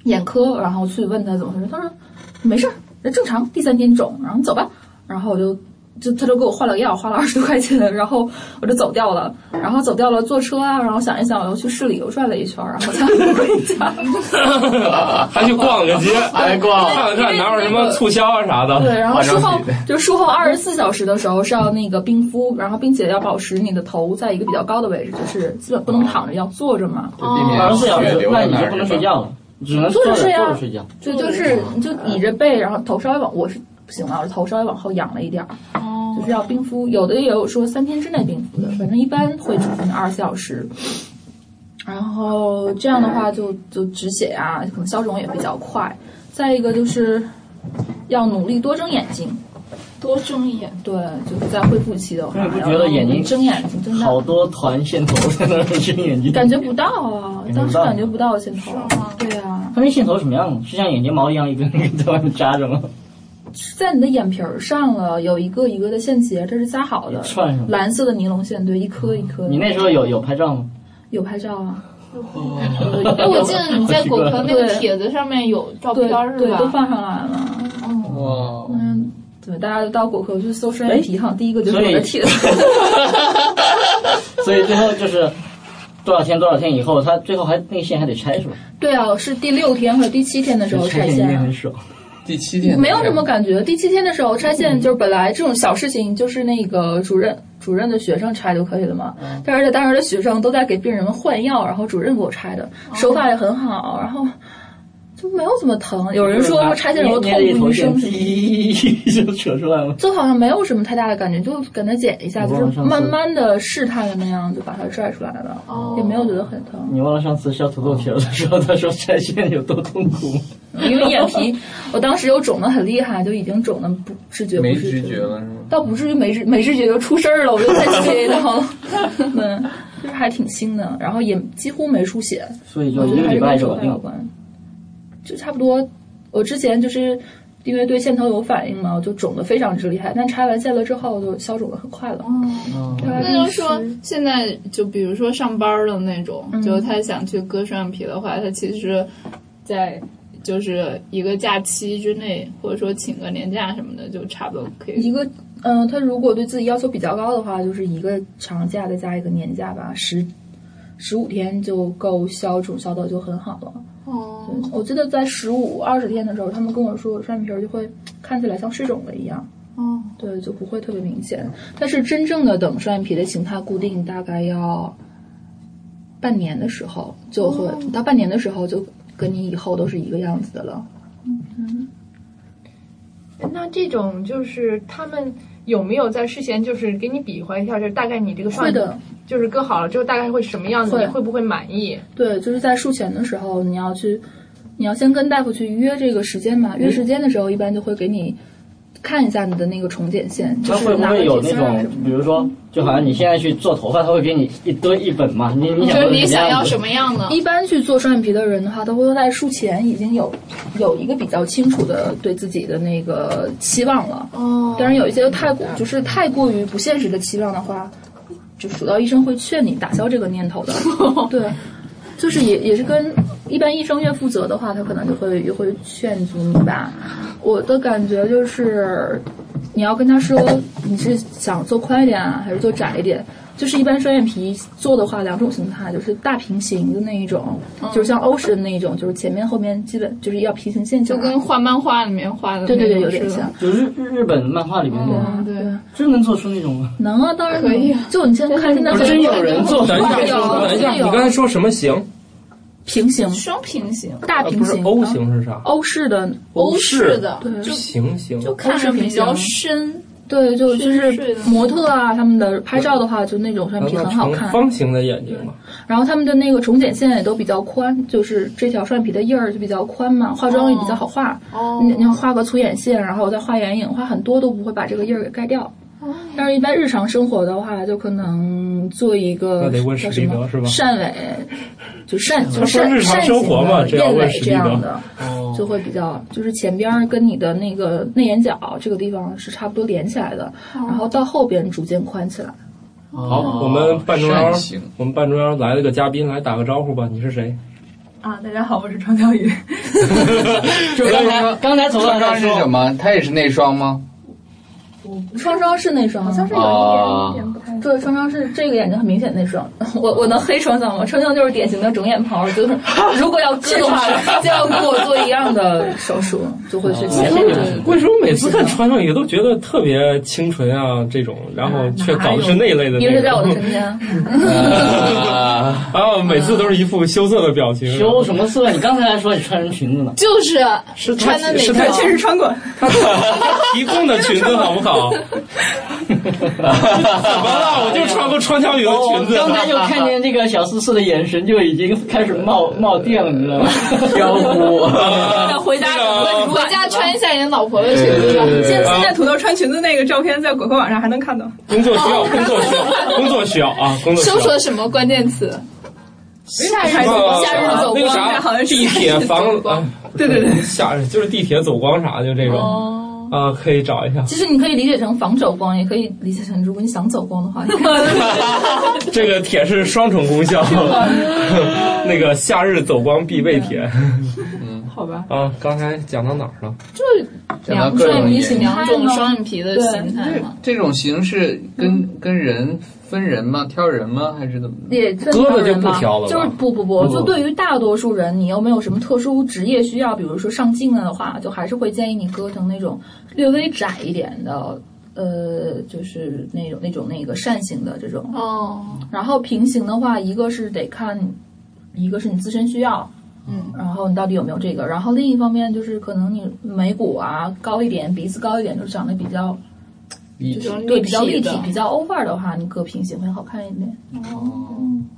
S8: 眼科，然后去问他怎么回事，他说没事儿，人正常，第三天肿，然后你走吧。然后我就就他就给我换了药，花了二十多块钱，然后我就走掉了。然后走掉了，坐车啊，然后想一想，我又去市里又转了一圈，然后才回
S2: <laughs>
S8: 家。
S1: 还去逛了个 <laughs> 街，
S2: 还逛
S1: 看了看哪有什么促销啊啥
S8: 对，
S1: 的。
S8: 然后
S2: 化
S8: 术
S2: 妆
S8: 后
S2: 品
S8: 就术后二十四小时的时候是要那个冰敷，然后并且要保持你的头在一个比较高的位置，就是基本不能躺着，要坐着嘛。
S2: 就避
S4: <laughs>
S2: 免
S4: 二十四小
S2: 血
S4: 时，
S2: 流
S4: 那
S2: 到
S4: 你
S2: 哪
S4: 就
S2: 儿
S4: 不能
S2: 是吧
S4: 睡觉了，只能坐
S8: 坐
S4: 着
S8: 着
S4: 坐
S8: 睡啊
S4: 着睡觉。
S8: 就就是你就倚着背，然后头稍微往，我是不行了，我的头稍微往后仰了一点儿，就是要冰敷，有的也有说三天之内冰敷的，反正一般会只是二十四小时。然后这样的话就就止血啊，可能消肿也比较快。再一个就是要努力多睁眼睛，
S3: 多睁眼，
S8: 对，就是在恢复期的话，
S4: 那你不
S8: 然后
S4: 觉得眼睛
S8: 睁眼睛睁大
S4: 好多团线头在那儿伸眼睛，
S8: 感觉不到啊，当时感觉不到线头，对啊。
S4: 他那线头什么样？是像眼睫毛一样一根一根在外面扎着吗？
S8: 在你的眼皮儿上了有一个一个的线结，这是扎好的，
S4: 串上
S8: 蓝色的尼龙线，对，一颗一颗的。
S4: 你那时候有有拍照吗？
S8: 嗯有拍照啊？
S3: 哎，我记得你在果壳那个
S8: 对
S3: 帖子上面有照
S8: 对
S3: 片儿是
S8: 对，都
S3: 吧？
S8: 放上来了。
S2: 哇，
S8: 嗯，对，大家到果壳去搜双眼皮哈，第一个就是
S4: 所以
S8: 我的帖子。 <laughs>
S4: 所以最后就是多少天多少天以后，他最后还那个线还得拆是吧？
S8: 对啊，是第六天或者第七天的时候拆
S4: 拆线应该很
S8: 线。
S4: 爽。
S2: 第七天
S8: 没有什么感觉。第七天的时候拆
S4: 嗯
S8: 线，就是本来这种小事情，就是那个主任主任的学生拆就可以了嘛。
S4: 嗯
S8: 但是当时的学生都在给病人们换药，然后主任给我拆的，
S4: 哦
S8: 手法也很好，然后就没有怎么疼。有人说拆线时候痛
S4: 捏着一
S8: 不
S4: 头
S8: 欲
S4: 线，
S8: 生什么的。
S4: 滴 <laughs> 就扯出来了。
S8: 就好像没有什么太大的感觉，就给它剪一下，
S4: 我
S8: 就
S4: 忘了
S8: 是慢慢的试探的那样，就把它拽出来了，
S4: 哦
S8: 也没有觉得很疼，
S4: 你忘了上次削土豆皮儿的时候，他说拆线有多痛苦吗？
S8: 因为眼
S4: <laughs>
S8: 皮，我当时又肿得很厉害，就已经肿得不知觉，
S2: 没
S8: 不知
S2: 知觉了是吗？
S8: 倒不至于没知没知觉就出事儿了，我就太激动了。嗯，就是还挺轻的，然后也几乎没出血，
S4: 所以就
S8: 我觉
S4: 一
S8: 得
S4: 个
S8: 还
S4: 礼拜就
S8: 是跟手
S4: 搞
S8: 感
S4: 定
S8: 有
S4: 了。
S8: 关。就差不多，我之前就是因为对线头有反应嘛，我就肿得非常之厉害，但拆完线了之后就消肿的很快了。
S3: 嗯
S4: 嗯
S8: 大
S4: 啊
S8: 概
S3: 那就是说，现在就比如说上班的那种，
S8: 嗯
S3: 就他想去割双眼皮的话，他其实，在就是一个假期之内，或者说请个年假什么的，就差不多可以。
S8: 一个，嗯、他如果对自己要求比较高的话，就是一个长假再加一个年假吧，十十五天就够消肿消的就很好了。
S3: 哦
S8: 嗯我记得在十五二十天的时候，他们跟我说，我双眼皮儿就会看起来像水肿了一样，
S3: 哦，
S8: 对，就不会特别明显。但是真正的等双眼皮的形态固定，大概要半年的时候就会，到半年的时候就跟你以后都是一个样子的了。
S9: 那这种就是他们有没有在事先就是给你比划一下，就是大概你这个
S8: 会
S9: 双
S8: 的，
S9: 就是割好了之后大概会什么样子，
S8: 会
S9: 你会不会满意？
S8: 对，就是在术前的时候，你要去，你要先跟大夫去约这个时间嘛。约时间的时候，一般就会给你看一下你的那个重点线，就
S4: 那
S8: 是
S4: 会不
S8: 哪个
S4: 会有
S8: 几
S4: 那
S8: 线啊
S4: 种
S8: 什么，
S4: 比如说，就好像你现在去做头发，他会给你一堆一本嘛？你你
S3: 就
S4: 想
S3: 是你想要
S4: 要
S3: 什么样的？
S8: 一般去做双眼皮的人的话，他会在术前已经有有一个比较清楚的对自己的那个期望了。
S3: 哦
S8: 当然有一些太过就是太过于不现实的期望的话，就主刀医生会劝你打消这个念
S3: <laughs>
S8: 头的。对，就是也也是跟一般医生越负责的话，他可能就会也会劝阻你吧。我的感觉就是，你要跟他说你是想做宽一点啊，还是做窄一点。就是一般双眼皮做的话，两种形态，就是大平行的那一种，
S3: 嗯
S8: 就是像欧式的那一种，就是前面后面基本就是要平行线下
S3: 就
S8: 来，
S3: 跟画漫画里面画的
S8: 对对对
S3: 那
S8: 有
S3: 种
S8: 点
S3: 似的
S8: 像。，
S4: 就日日日本漫画里面那种，
S3: 嗯对，
S4: 真能做出那种吗？
S8: 能啊，当然
S3: 可以啊。
S8: 就你现在看，真的
S4: 不是真有人做
S1: 等一下，等一下，你刚才说什么型？
S8: 平行、
S3: 双平行，
S8: 大
S1: 呃
S8: 平
S1: 不是
S8: 行、
S1: O 型是啥？
S8: 欧式的，
S1: 欧
S3: 式
S1: 式
S3: 的，
S8: 对
S3: 就
S1: 行行，
S3: 就看着比较深，
S8: 对，就就是
S3: 是的
S8: 模特啊，他们的拍照的话，就那种双眼皮
S1: 那
S8: 很好
S1: 成
S8: 看。
S1: 方形的眼睛嘛，
S8: 然后他们的那个重点线也都比较宽，就是这条双眼皮的印儿就比较宽嘛，化妆也比较好化。
S3: 哦
S8: 你你要画个粗眼线，然后再画眼影，画很多都不会把这个印儿给盖掉。
S3: 哦
S8: 但是，一般日常生活的话，就可能做一
S1: 那
S8: 个
S1: 得问
S8: 叫
S1: 史
S8: 什
S1: 蒂
S8: 么
S1: 德是吧
S8: 善尾，就善就
S1: 他说
S8: 是善
S1: 日常
S8: 善
S1: 生活嘛这
S8: 型
S1: 要
S8: 的燕
S1: 问
S8: 尾
S1: 史
S8: 这
S1: 蒂德哦
S8: 样的，就会比较就是前边儿跟你的那个内眼角这个地方是差不多连起来的，
S3: 哦
S8: 然后到后边逐渐宽起来。
S1: 好，我们
S2: 哦
S1: 半中央
S2: 扇形，
S1: 我们半中央来了个嘉宾，来打个招呼吧。你是谁？
S9: 啊，大家好，我是张小雨。
S4: 就刚
S2: 哎
S4: 才刚才从
S2: 双
S4: 那
S2: 双是什
S4: 说，
S2: 么？它也是内双吗？
S8: 双双是内双，好像
S9: 是有一点一
S2: 哦
S9: 点不太
S8: 对，双双是这个眼睛很明显内双。我我能黑双双吗？双双就是典型的肿眼泡，就是如果要割的 <laughs> 话，就要跟我做一样的手术，就
S1: 哦
S8: 会是前面这一
S1: 为什么每次看穿上也都觉得特别清纯啊这种，然后却找的是那一类的内
S8: 一个是在我的
S1: 容？
S8: 身边，
S1: 嗯
S2: 啊，
S1: 啊，每次都是一副羞涩的表情。
S4: 修什么色？你刚才还说你穿人裙子呢， <laughs>
S3: 就是
S1: 是他
S3: 穿的哪
S1: 是他
S3: 条？
S1: 实穿过，他提供的裙子好不好？完了，我就穿过穿条鱼的
S2: 哦
S1: 裙子。
S4: <laughs> 哦
S1: 啊
S4: 刚才就看见这个小四四的眼神就已经开始冒冒电了，你知道吗？
S2: <laughs> 飘忽。
S4: <laughs>
S1: 啊
S3: 回家
S1: 那个
S3: 回家穿一下你老婆的裙
S2: 对
S3: 子吧。
S1: 对对啊，
S9: 土豆穿裙子那个照片在果壳网上还能看到。
S1: 工作需要，工作需要，工作需要啊，工作需
S3: 搜
S1: 要
S3: 索。什么关键词？夏日
S1: 啊
S3: 夏日走
S1: 那个
S3: 光，
S1: 啥，
S9: 好像是
S1: 地铁
S9: 夏
S1: 房
S9: 日走光
S1: 啊，对对对，下就是地铁走光啥的，就这种
S3: 哦，
S1: 啊，可以找一下。
S8: <laughs> 其实你可以理解成防走光，也可以理解成如果你想走光的话，
S1: 这个铁是双重功效， <laughs> 那个夏日走光必备铁。
S9: 好吧，
S1: 啊，刚才讲到哪儿了？
S2: 讲到各种
S8: 是
S2: 眼，
S3: 两种双眼皮的形态嘛。
S2: 这种形式
S8: 嗯
S2: 跟跟人分人吗？挑人吗？还是怎么？
S8: 也割
S1: 割了就不挑了吧
S8: 就是不不不，就对于大多数人，你又没有什么特殊职业需要，比如说上镜了啊的话，就还是会建议你割成那种略微窄一点的，呃，就是那种那种那个扇形的这种。
S3: 哦，
S8: 然后平行的话，一个是得看，一个是你自身需要，
S3: 嗯，
S8: 然后你到底有没有这个。然后另一方面就是可能你眉骨啊高一点，鼻子高一点，就是长得比较
S3: 这种
S8: 对
S3: 立
S8: 比较立
S3: 体
S8: 体
S3: 的，
S8: 比较 over 的话，你割平行会好看一点。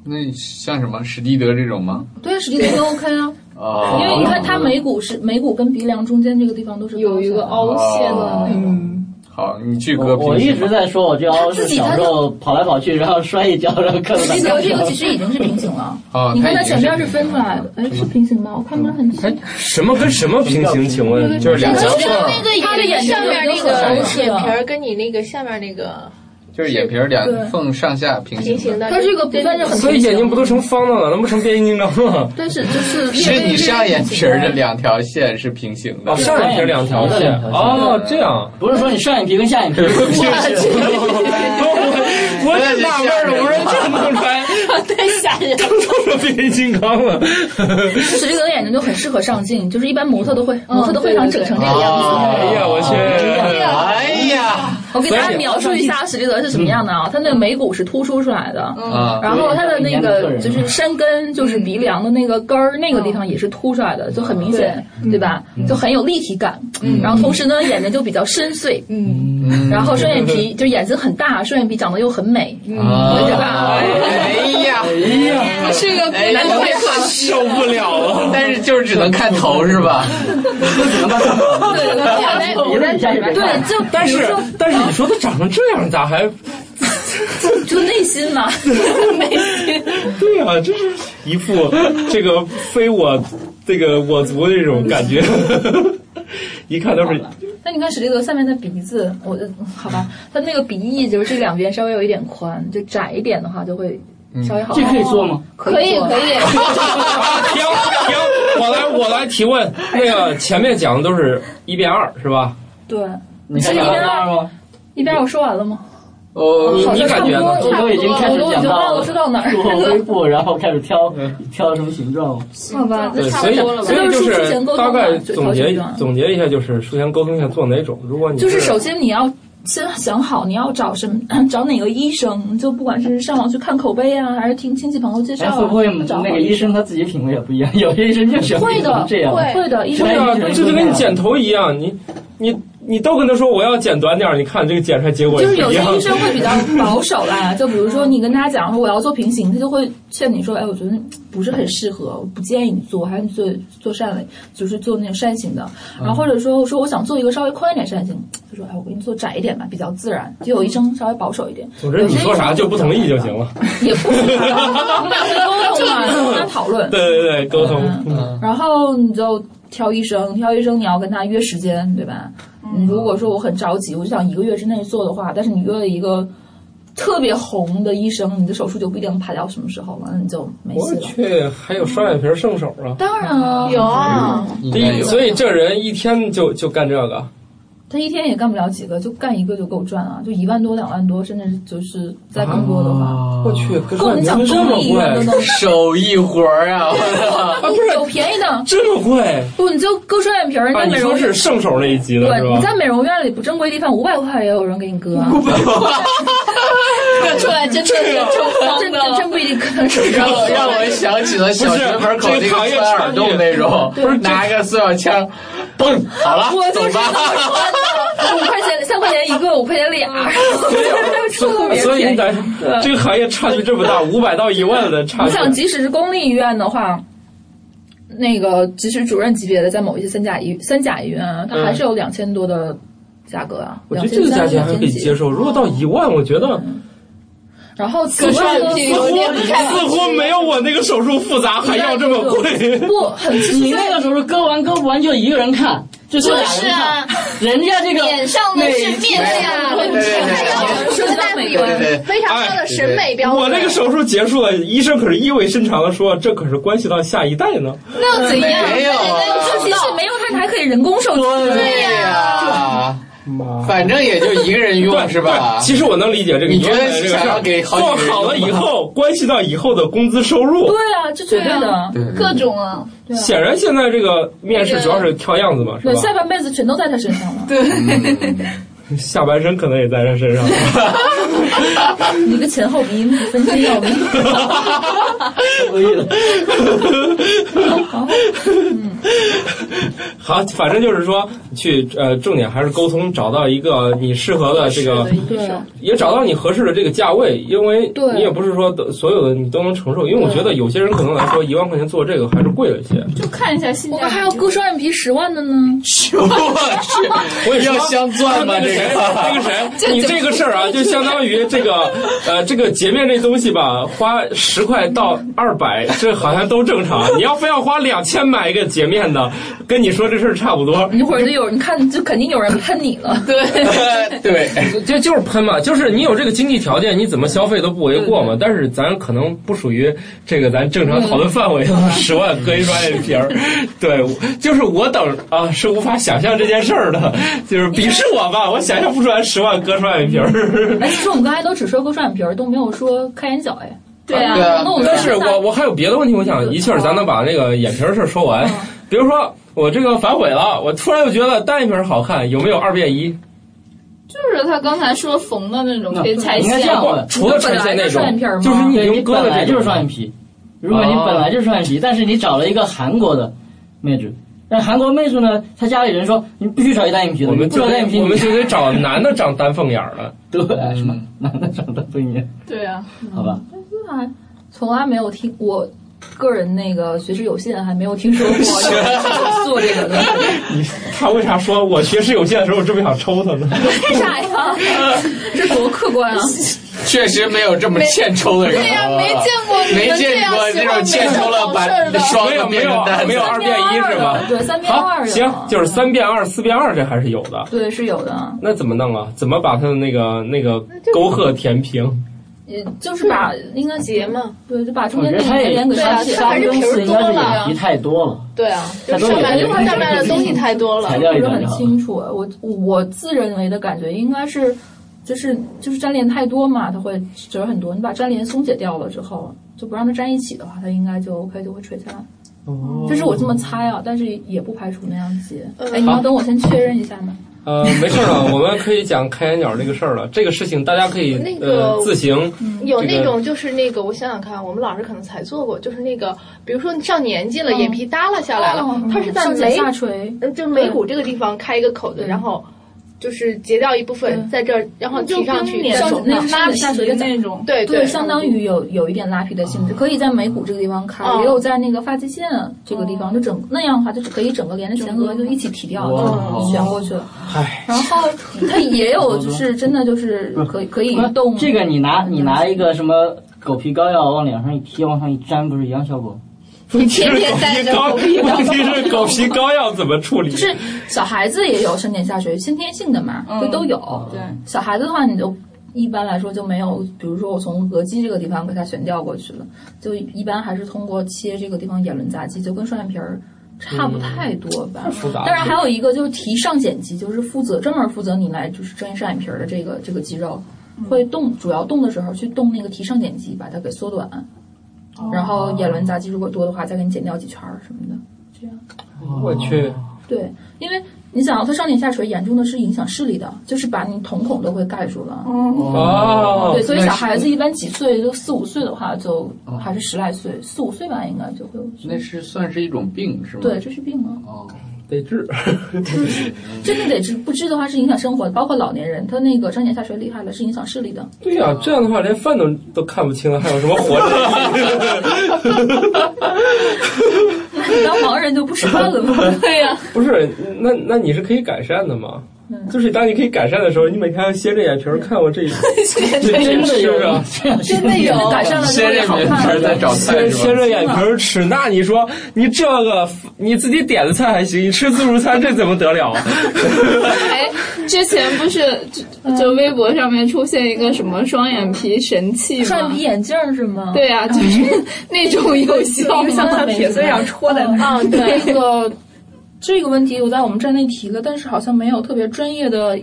S2: 那像什么史蒂德这种吗？
S8: 对啊，实际上都 OK 啊，
S4: 哦
S2: 啊，
S8: 因为你看它眉骨是眉骨跟鼻梁中间这个地方都是
S3: 有一个凹
S2: 哦
S3: 陷的那种。
S2: 好，你去割
S4: 我
S2: 平
S4: 我一
S2: 行
S4: 直在说，我这腰是小时候跑来跑去，然后摔一跤，然后磕了
S8: 实
S4: 半天
S8: 际上这个其实已经是平行了，
S2: 啊，
S8: 你看
S2: 它
S8: 它
S2: 已经嗯
S8: 前边是分出来的，哎，是平行吗？我看不是很清。
S1: 什么跟什么平行？请
S2: 嗯
S1: 问就是两条
S3: 就是
S1: 缝儿，
S3: 那个
S7: 他的
S3: 眼睛
S7: 上
S3: 上
S7: 面
S3: 面
S7: 那
S3: 那
S7: 个
S3: 个，
S7: 眼皮儿跟你那个下面那个
S2: 就是眼皮儿
S8: 对
S2: 两缝上下平
S7: 平
S2: 行
S7: 行
S2: 的。
S7: 的，
S8: 它这个不算是很
S1: 所以眼睛不都成方的了，那不成变形金刚了？
S8: 但是就是
S2: 是
S8: 略微
S2: 你上眼皮儿的两条线是平行的
S4: 哦
S1: 啊，，上眼皮两条线哦，这样。
S4: 不是说你上眼皮跟下
S2: <laughs>
S4: 眼皮，
S1: 我我这纳闷儿了，我说这弄出来，
S3: 太吓人了。
S1: 都说变形金刚了。
S8: 就是这个眼睛就很适合上镜，就是一般模特都会，模特都会
S3: 对
S8: 想
S3: 对
S8: 整成这
S2: 啊
S8: 个样子。
S1: 哎呀，我去！
S2: 哎呀，
S8: 我给大家描述一下史蒂德是什么样的啊？它那个眉骨是突出出来的，
S2: 啊
S8: 嗯然后它的那
S4: 对
S8: 个
S4: 人
S8: 就是山根，就是鼻梁的那个根儿，那个地方也是凸出来的，就很明显，嗯对嗯吧？
S4: 嗯
S8: 就很有立体感。然后同时呢，眼睛就比较深邃，
S7: 嗯，
S8: 然后双嗯眼
S4: 嗯
S8: 皮就眼睛很大，双眼皮长得又很美，
S2: 啊
S8: 对吧
S2: 哎呀，
S3: 我是个
S2: 哎，难怪
S1: 受不了了。
S2: 但是就是只能看头是吧？
S3: <laughs> 对
S4: 理论一下就别看
S8: <laughs> 对，
S4: 了。
S8: 就
S1: 但
S8: 比如
S1: 是
S8: 说
S1: 但是你说他长成这样，咋还
S8: 就内心嘛，
S1: <laughs> 对啊？这是一副这个非我这个我族这种感觉，一看都是
S8: <laughs> 那你看史蒂德下面的鼻子，我就好吧，他那个鼻翼就是这两边稍微有一点宽，就窄一点的话就会稍微好。
S4: 嗯这可以做吗？
S8: 可以做
S3: 可以，
S1: 啊，停停，我来我来提问，那个前面讲的都是一变二是吧？
S8: 对，
S4: 你看到二吗？
S8: 一边我说完了吗？
S2: 哦，
S8: 嗯
S1: 你你感觉呢？
S4: 我都已经开
S8: 我
S4: 始
S8: 都已
S4: 讲
S8: 经
S4: 到
S8: 忘了说到哪
S4: <laughs>
S8: 儿
S4: 我
S8: 了。
S4: 微步，然后开始挑
S2: 嗯
S4: 挑什么形状了。
S3: 好吧，
S1: 对，
S3: 那差
S1: 所
S3: 不
S1: 以
S3: 多了吧
S1: 所。以就
S8: 这都是术
S1: 是
S8: 前沟通
S1: 大
S8: 嘛
S1: 概
S8: 就
S1: 总
S8: 调
S1: 结
S8: 整啊
S1: 总结一下，就是术前沟通一下做哪种。如果你
S8: 就是首先你要先想好你要找什么， <clears throat> 找哪个医生，就不管是上网去看口碑啊，还是听亲戚朋友介绍
S4: 哎，
S8: 啊，
S4: 会不会
S8: 找
S4: 那
S8: 好
S4: 个医生他自己品味也不一样？ <laughs> 有些医生就是
S8: 会的，
S4: 这样。
S8: 会的，医生
S1: 对啊，
S4: 对
S1: 这就跟你剪头一样，你你你都跟他说我要剪短点儿，你看这个剪出来结果
S8: 就
S1: 也不
S8: 是有
S1: 一
S8: 些
S1: 样
S8: 医。生会比较保守啦，就比如说你跟他讲说我要做平行，他就会劝你说，哎，我觉得不是很适合，我不建议你做，还是你做做善类，就是做那种扇形的。然后或者说我说我想做一个稍微宽一点扇形，他说哎，我给你做窄一点吧，比较自然。就有医生稍微保守一点，
S1: 总之你说啥就不同意就行了。
S8: 也 <laughs> 不行，
S1: <laughs>
S8: 我们俩会沟通嘛，跟他讨论。
S1: 对对对，沟通。嗯
S8: 然后你就挑医生，挑医生你要跟他约时间，对吧？嗯，如果说我很着急，我就想一个月之内做的话，但是你约了一个特别红的医生，你的手术就不一定能排到什么时候了，那你就没
S1: 我
S8: 戏了。
S1: 去，还有双眼皮圣手啊！
S8: 当然啊，
S7: 有啊，
S2: 应
S1: 第
S2: 该
S1: 一，
S2: 有。
S1: 所以这人一天就就干这个，
S8: 他一天也干不了几个，就干一个就够赚啊，就一万多、两万多，甚至就是再更多的话，
S1: 我去，跟
S8: 跟我们讲
S1: 啊这
S8: 公
S1: 么
S8: 立医院都
S1: 贵，
S8: 能。
S2: 手艺活儿啊，我
S1: 啊不是
S8: 有便宜的，
S1: 这么贵
S8: 不你就割双眼皮儿，
S1: 啊！
S8: 在
S1: 你
S8: 美容
S1: 说是圣手那一级的是
S8: 对，你在
S1: 吧？
S8: 美容院里不正规地方五百块也有人给
S3: <laughs>
S8: 你割啊，
S3: 出来真的是中风 <laughs>
S8: 真
S3: 的
S8: 真真不一定割手术。
S2: 操！让我想起了小学门口那个穿耳洞那种，
S1: 不是
S2: 拿个塑料枪，嘣，好了
S8: 我，就
S2: 走
S8: 是这么
S2: 吧。
S8: 穿的，五块钱三块钱一个，五块
S3: <laughs>
S8: 钱俩，特别
S1: 所以
S8: 便
S1: 你
S8: 宜。
S1: 在这个行业差距这么大，五百到一万的差
S8: 你
S1: 距。
S8: 想，即使是公立医院的话，那个即使主任级别的，在某一些三甲医三甲医院啊，它还是有两千多的价格啊，
S1: 嗯我觉
S8: 两
S1: 得这
S8: 千
S1: 个
S8: 三
S1: 价钱
S8: 两
S1: 还
S8: 千
S1: 可以接
S8: 几。
S1: 受，如果到一万，我觉得
S8: 然后此
S3: 割双
S8: 外呢
S3: 眼皮有点不太
S1: 似乎没有我那个手术复杂，还要这么贵。
S8: 不很其
S4: 你
S8: 实
S4: 那个时候割完割不完就一个人看，就是俩
S3: 是
S4: 人看，
S3: 啊，
S4: 人家这个
S3: 脸上的是面呀，
S7: 对对对
S3: 还要
S7: 对
S8: 说到美国
S2: 对
S3: 啊
S2: 对，
S7: 非常高的审美标准。
S1: 我那个手术结束了，医生可是意味深长的说，这可是关系到下一代呢。
S3: 那又怎样？
S2: 没有啊
S8: 就其实没有它，还可以人工受精。
S2: 对呀，
S1: 妈，
S2: 反正也就一个人用
S1: 对
S2: 是吧？
S1: 对其实我能理解这个
S2: 你觉得
S1: 一万的这个
S2: 想
S1: 事
S2: 要
S1: 儿，
S2: 给好几
S1: 做
S2: 个人
S1: 好了以
S2: 用吗
S1: 后，关系到以后的工资收入。
S8: 对啊，这绝对的。
S2: 对
S3: 各种啊，
S1: 显然现在这个面试主要是挑样子嘛，是
S8: 对，
S1: 吧？
S8: 下半辈子全都在他身上了。
S1: 下半身可能也在他身上。
S8: 你个前后鼻音纷纷要命。
S4: 故意的。
S8: 嗯
S1: <laughs> 好，反正就是说，去呃，重点还是沟通，找到一个你适合的这个，
S8: 对，
S1: 也找到你合适的这个价位，因为
S8: 对
S1: 你也不是说都所有的你都能承受，因为我觉得有些人可能来说，一万块钱做这个还是贵了一些。
S3: 就看一下性
S8: 我
S3: 价
S8: 们
S3: 比
S8: 还。要割双眼皮十万的呢。
S2: 我
S1: 我也
S2: 去，
S1: 说
S2: 要镶钻吗？
S1: 那个
S2: 这
S1: 谁，
S2: 个
S1: 那个 <laughs> 谁，你这个事儿啊，就相当于这个，呃，这个洁面这东西吧，花十块到二百，这好像都正常。你要非要花两千买一个洁面的，跟你说这事儿差不多。
S8: 你一会儿就有，你看就肯定有人喷你了。对，
S2: 对，
S1: 这就是喷嘛，就是你有这个经济条件，你怎么消费都不为过嘛。但是咱可能不属于这个咱正常讨论范围了，十万割一双眼皮儿，对，我就是我等啊是无法想象这件事儿的，就是鄙视我吧，我想象不出来十万割双眼皮儿。
S8: 哎，其实我们刚才都只说割双眼皮儿，都没有说开眼角哎。
S3: 对啊
S2: 对啊
S8: 那我
S1: <laughs>
S8: 们
S1: 但是我我还有别的问题，我想一气儿咱能把那个眼皮儿事儿说完。
S8: 嗯
S1: 比如说我这个反悔了，我突然又觉得单眼皮儿好看，有没有二变一？
S3: 就是他刚才说缝的那种可以拆
S4: 应该这
S3: 线
S8: 哦
S4: 样，问，
S1: 除了拆线那
S8: 双眼皮
S1: 种，
S8: 儿吗？
S1: 就是你已
S4: 对你
S1: 经割
S4: 本
S1: 了
S4: 来就
S1: 这
S4: 是
S1: 种
S4: 双眼皮，如果你
S1: 哦
S4: 本来就是双眼皮，但是你找了一个韩国的妹子，但韩国妹子呢，她家里人说你必须找一单眼皮的，
S1: 我们
S4: 你不
S1: 就
S4: 找单眼皮，
S1: 得我们嗯
S4: 你
S1: 就得找男的长单凤眼儿了。
S4: 对什么男的长得不一样，
S3: 对啊，
S7: 嗯
S4: 好吧？
S8: 从来没有听我。个人那个学识有限，还没有听说过有做这个的，
S1: <laughs> 他为啥说我学识有限的时候，我这么想抽他呢？
S8: 为啥呀？这多客观啊！
S2: 确实没有这么欠抽的人。
S3: 对呀，没见过你
S2: <laughs> 没
S3: 们这
S2: 见
S3: 样
S2: 过
S3: 喜
S2: 那
S3: 欢
S2: 种欠抽了把
S3: 没事儿的。
S2: 双
S1: 没有
S2: 的
S1: 没
S2: 变成单
S1: 有
S2: 子，
S1: 没有二变一是吧？
S8: 对，三变二
S1: 好，
S8: 的，
S1: 行，就是三变二、四变二，这还是有的。
S8: 对，是有的，
S1: 那怎么弄啊？怎么把他的那个那个沟壑填
S8: <laughs>
S1: 平？
S8: 也就是把应该
S7: 结嘛，
S8: 对，就把中
S4: 我
S8: 间
S4: 觉得她
S8: 那个人
S4: 也
S8: 脸给刷起
S7: 她还
S4: 三
S8: 来
S7: 是，
S4: 跟
S7: 皮儿
S4: 四应该是
S7: 多了
S4: 眼皮太多了，
S7: 对啊，就
S4: 太
S7: 是
S4: 多也
S7: 上面
S4: 没
S7: 因为它上面的东西太多了
S4: 材，料
S8: 不
S4: 一
S8: 是
S4: 点
S8: 很
S4: 就好了。
S8: 清楚。啊我我自认为的感觉应该是，就是就是粘连太多嘛，它会褶很多。你把粘连松解掉了之后，就不让它粘一起的话，它应该就 OK 就会垂下来。这是我
S1: 哦
S8: 这么猜啊，但是也不排除那样结。
S7: 呃
S8: 哎，你要等我先确认一下吗？
S1: 呃，没事儿了，我们可以讲开眼角这个事儿了。这个事情大家可以
S7: 那个
S1: 呃自
S8: 嗯
S1: 行
S7: 嗯有
S1: 这个
S7: 那种就是那个，我想想看，我们老师可能才做过，就是那个，比如说你上年纪了，
S8: 嗯
S7: 眼皮耷拉下来了，它哦是在
S8: 上
S7: 眉
S8: 睑下垂，
S7: 嗯，就是眉骨这个地方开一个口子，然后就是截掉一部分
S8: 对
S7: 在这儿，然后
S3: 就
S7: 提上去，
S3: 跟
S7: 再
S8: 上
S7: 手
S8: 那
S7: 上
S8: 个
S3: 拉
S8: 上下垂
S3: 皮
S8: 的那
S3: 那种，
S7: 对
S8: 对，相当于有有一点拉皮的性
S4: 哦
S8: 质，可以在眉骨这个地方开，
S7: 嗯
S8: 也有在那个发际线这个地
S4: 哦
S8: 方，就整那样的话，就可以整个连着前额就一起提掉，就旋过去了。然后它也有就是真的就是可以可以动，
S4: 这个你拿
S7: 嗯
S4: 你拿一个什么狗皮膏药往脸上一贴，往上一粘，不是一样效果？
S3: 你天天戴
S1: 皮
S3: 着
S1: 膏，
S3: 狗皮
S1: 问
S3: 膏，
S1: 题是狗皮膏药怎么处理
S8: 就？是小孩子也有上睑下垂，先天性的嘛，
S3: 嗯
S8: 就
S4: 哦
S8: 都
S7: 哦
S8: 有。
S3: 对，
S8: 小孩子的话，你就一般来说就没有，比如说我从额肌这个地方给它悬吊过去了，就一般还是通过切这个地方眼轮匝肌，就跟双眼皮儿差
S4: 嗯
S8: 不太多吧。
S1: 复杂
S8: 当然还有一个就是提上睑肌，就是负责专门负责你来就是睁上眼皮儿的这个这个肌肉，会动，主要动的时候去动那个提上睑肌，把它给缩短。然后眼轮匝肌如果多的话，再给你减掉几圈儿什么的。
S1: 我去，
S8: 对，因为你想，它上睑下垂严重的是影响视力的，就是把你瞳孔都会盖住了。
S1: 哦
S8: 对，，所以小孩子一般几岁，就四五岁的话，就还是十来岁，四五岁吧，应该就会有。
S2: 那是算是一种病是吗？
S8: 对，这是病啊，
S2: 哦，
S1: 得治。
S8: 真的得治，不治的话是影响生活的，包括老年人，他那个张睑下垂厉害了，是影响视力的。
S1: 对呀、这样的话连饭都都看不清了，还有什么活着？
S8: 当盲人就不吃饭了吗？
S9: <laughs>
S3: 对呀，
S1: 不是，那那你是可以改善的嘛？就是当你可以改善的时候，你每天要斜着眼皮儿看我这，这真的有啊，
S3: 真的有
S8: 改善了之后
S2: 先
S8: 也
S2: 认
S8: 好
S2: 别
S8: 看
S2: 人在
S8: 了。
S2: 找菜
S1: 斜
S2: 是
S1: 斜
S2: 吧？
S1: 着眼皮儿吃，那你说你这个你自己点的菜还行，你吃自助餐这怎么得了？
S3: 哎，之前不是就就微博上面出现一个什么双眼皮神器
S8: 双眼
S3: 吗
S8: 皮？眼镜儿是吗？，
S3: 对啊，就是那种有效
S8: 像
S3: 吗？
S8: 在铁丝
S3: <laughs>
S8: 上戳在那儿。
S7: 啊，对，
S8: 这个这个问题我在我们站内提了，但是好像没有特别专业的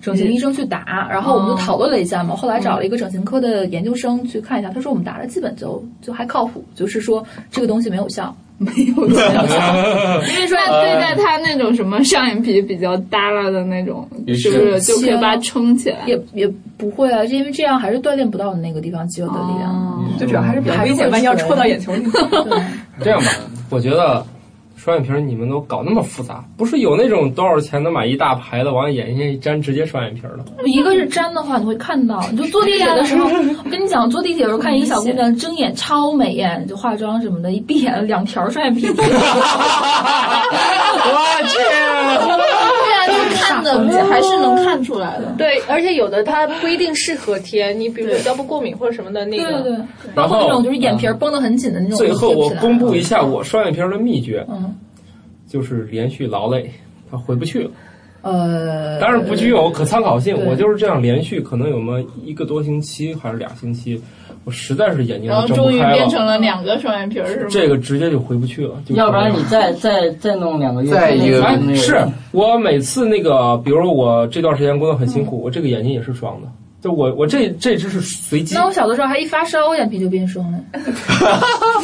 S8: 整形医生去打。然后我们就讨论了一下嘛，后来找了一个整形科的研究生去看一下，他说我们打了基本就就还靠谱，就是说这个东西没有效，没有效。
S3: 因为说对待他那种什么上眼皮比较耷拉的那种，
S2: 也
S3: 是
S2: 是
S3: 不是就可以把它撑起来？
S8: 也也不会啊，因为这样还是锻炼不到你那个地方肌肉的力量。
S3: 哦
S2: 就主要还是
S8: 还是会
S9: 万一要
S8: 垂
S9: 戳到眼球里。
S8: 对
S1: 这样吧，我觉得双眼皮儿你们都搞那么复杂，不是有那种多少钱能买一大排的，往眼睛一粘直接双眼皮儿了？
S8: 一个是粘的话，你会看到，你就坐地铁的时候，我跟你讲，坐地铁的时候看一个小姑娘睁眼超美艳，就化妆什么的，一闭眼两条双眼
S1: <laughs>
S8: 皮，啊
S1: 我去！
S7: 对啊，就是看
S3: 看
S7: 的
S3: 的还是能看出来的。
S7: 对，而且有的它不一定适合贴，你比如说胶布过敏或者什么的那
S8: 对对
S7: 个，
S8: 对，
S1: 然
S8: 包括那
S1: 后
S8: 种就是眼皮儿绷得很紧的那种。
S1: 最后哦我
S8: 贴不起来
S1: 公布一下我双眼皮儿的秘诀，
S8: 嗯
S1: 就是连续劳累。它回不去了，
S8: 呃，
S1: 当然不具有可参考性。
S8: 对
S1: 我就是这样连续，可能有么一个多星期还是俩星期，我实在是眼睛
S3: 然后
S1: 睁
S3: 终
S1: 不
S3: 于
S1: 开
S3: 变
S1: 了，
S3: 成了两个双眼皮儿，是吗？
S1: 这个直接就回不去了。就
S4: 要不然
S1: 这样
S4: 你再再再弄两个月，
S2: 再一个
S1: 哎
S4: 那个
S1: 是我每次那个，比如我这段时间工作很辛苦，我这个眼睛也是双的，就我我这这只是随机
S8: 那，我小的时候还一发烧，眼皮就变双了。
S1: 哦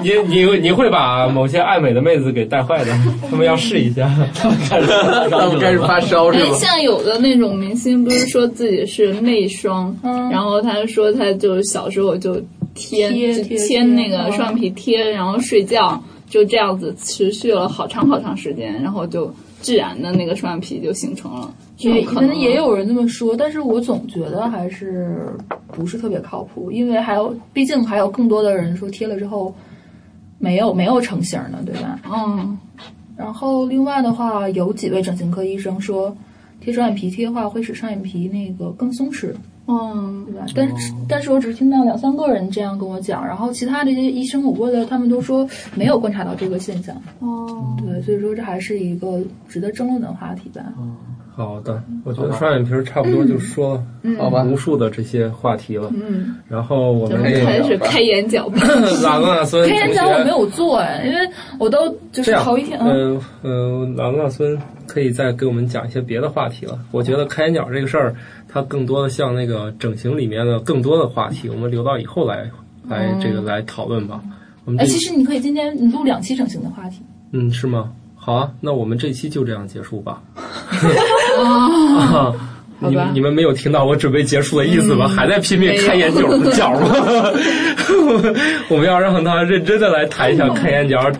S1: 你你你会把某些爱美的妹子给带坏的， <laughs> 她们要试一下。
S2: <laughs> 他们开始发烧是
S10: 哎，
S2: 吗？
S10: <laughs> 像有的那种明星，不是说自己是内双，
S8: 嗯
S10: 然后他说他就小时候就贴
S8: 贴
S10: 就
S8: 贴
S10: 贴
S8: 贴
S10: 那个
S8: 嗯
S10: 双眼皮贴，然后睡觉就这样子持续了好长好长时间，然后就自然的那个双眼皮就形成了。这
S8: 也
S10: 种可能
S8: 也有人这么说，但是我总觉得还是不是特别靠谱，因为还有，毕竟还有更多的人说贴了之后没有没有成型的，对吧？
S10: 嗯，
S8: 然后另外的话，有几位整形科医生说，贴双眼皮贴的话会使上眼皮那个更松弛，
S10: 嗯，
S8: 对吧？但是但是我只是听到两三个人这样跟我讲，然后其他这些医生我问了，他们都说没有观察到这个现象。
S10: 哦，
S8: 对，所以说这还是一个值得争论的话题吧。
S1: <laughs> 好的，我觉得双眼皮儿差不多就说了
S2: 好吧，
S1: 无数的这些话题了。
S10: 嗯，
S1: 然后我们这
S10: 开
S1: 个
S10: 始开眼角吧。
S1: 朗朗孙
S8: 开
S1: 同
S8: 演
S1: 学，
S8: 讲我没有做哎，因为我都就
S1: 这
S8: 是
S1: 样
S8: 头一天，嗯，
S1: 嗯嗯，朗朗孙可以再给我们讲一些别的话题了。我觉得开眼角这个事儿，它更多的像那个整形里面的更多的话题，我们留到以后来来这个来讨论吧。我们
S8: 哦哎，
S1: 这
S8: 其实你可以今天你录两期整形的话题，
S1: 嗯是吗？好啊，那我们这期就这样结束
S8: <laughs>
S1: 吧。
S8: 哦
S1: 啊，你们你们没有听到我准备结束的意思
S8: 嗯
S1: 吧？还在拼命开眼角的角吗？ <laughs> 我们要让他认真的来谈一下开眼角、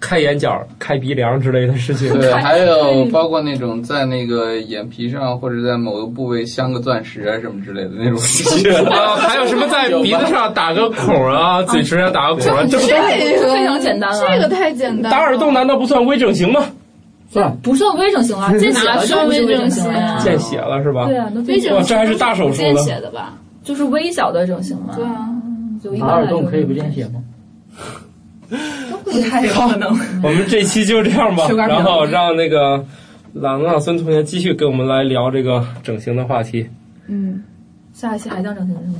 S1: 开眼角、开鼻梁之类的事情。
S2: 对，还有包括那种在那个眼皮上或者在某个部位镶个钻石啊什么之类的那种 <laughs>
S1: 啊，还有什么在鼻子上打个孔啊，嘴唇上打个孔啊，
S7: <laughs> 嗯
S1: 这不都
S8: 个非常简单啊
S7: 这
S8: 了，
S7: 个太简单了。
S1: 打耳洞难道不算微整形吗？
S4: 算
S8: 不算微整形 <laughs> 啊，见血了就不是微整形
S10: 哪算微整形
S8: 啊
S10: 啊，
S1: 见血了是吧？
S8: 对啊，都
S10: 微整
S1: 哇，这还是大手术
S10: 见
S1: 呢。
S10: 血的吧？
S8: 就是微小的整形嘛，
S10: 对啊，
S8: 就一
S4: 打
S8: 般来
S4: 耳
S8: 说
S4: 洞可以不见血吗？
S8: 不太有可能。
S1: 我们这期就这样吧，
S8: 手杆比较
S1: 然后让那个朗朗孙同学继续给我们来聊这个整形的话题。
S8: 嗯，下一期还讲整形是吗？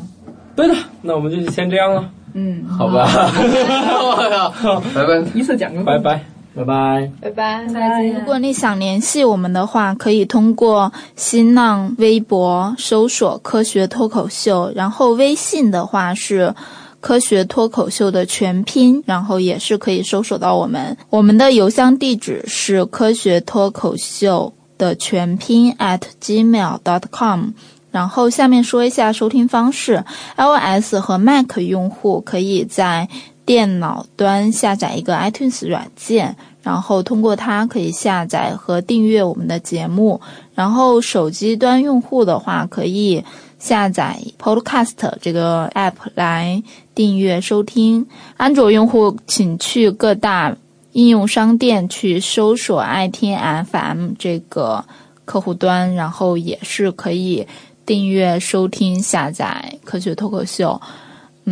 S1: 对的，那我们就先这样了，
S10: 嗯，
S2: 好吧， <laughs> 我靠，拜拜。
S8: 一次讲个
S1: 拜拜。
S4: 拜拜。
S7: 拜拜。
S8: 再见
S10: 如。果你想联系我们的话，可以通过新浪微博搜索“科学脱口秀”，然后微信的话是“科学脱口秀”的全拼，然后也是可以搜索到我们。我们的邮箱地址是“科学脱口秀”的全拼 at gmail.com。然后下面说一下收听方式，iOS 和 Mac 用户可以在电脑端下载一个 iTunes 软件，然后通过它可以下载和订阅我们的节目。然后手机端用户的话，可以下载 Podcast 这个 app 来订阅收听。安卓用户请去各大应用商店去搜索爱听 FM 这个客户端，然后也是可以订阅收听下载《科学脱口秀》。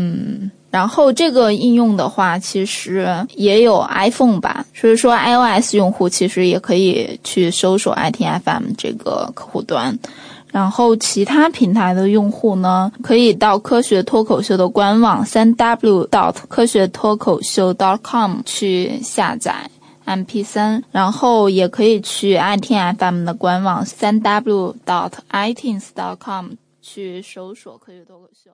S10: 嗯，然后这个应用的话，其实也有 iPhone 吧，所以说 iOS 用户其实也可以去搜索 ITFM 这个客户端。然后其他平台的用户呢，可以到科学脱口秀的官网三 w dot 科学脱口秀 dot com 去下载 MP 3然后也可以去 ITFM 的官网三 w dot itunes dot com 去搜索科学脱口秀。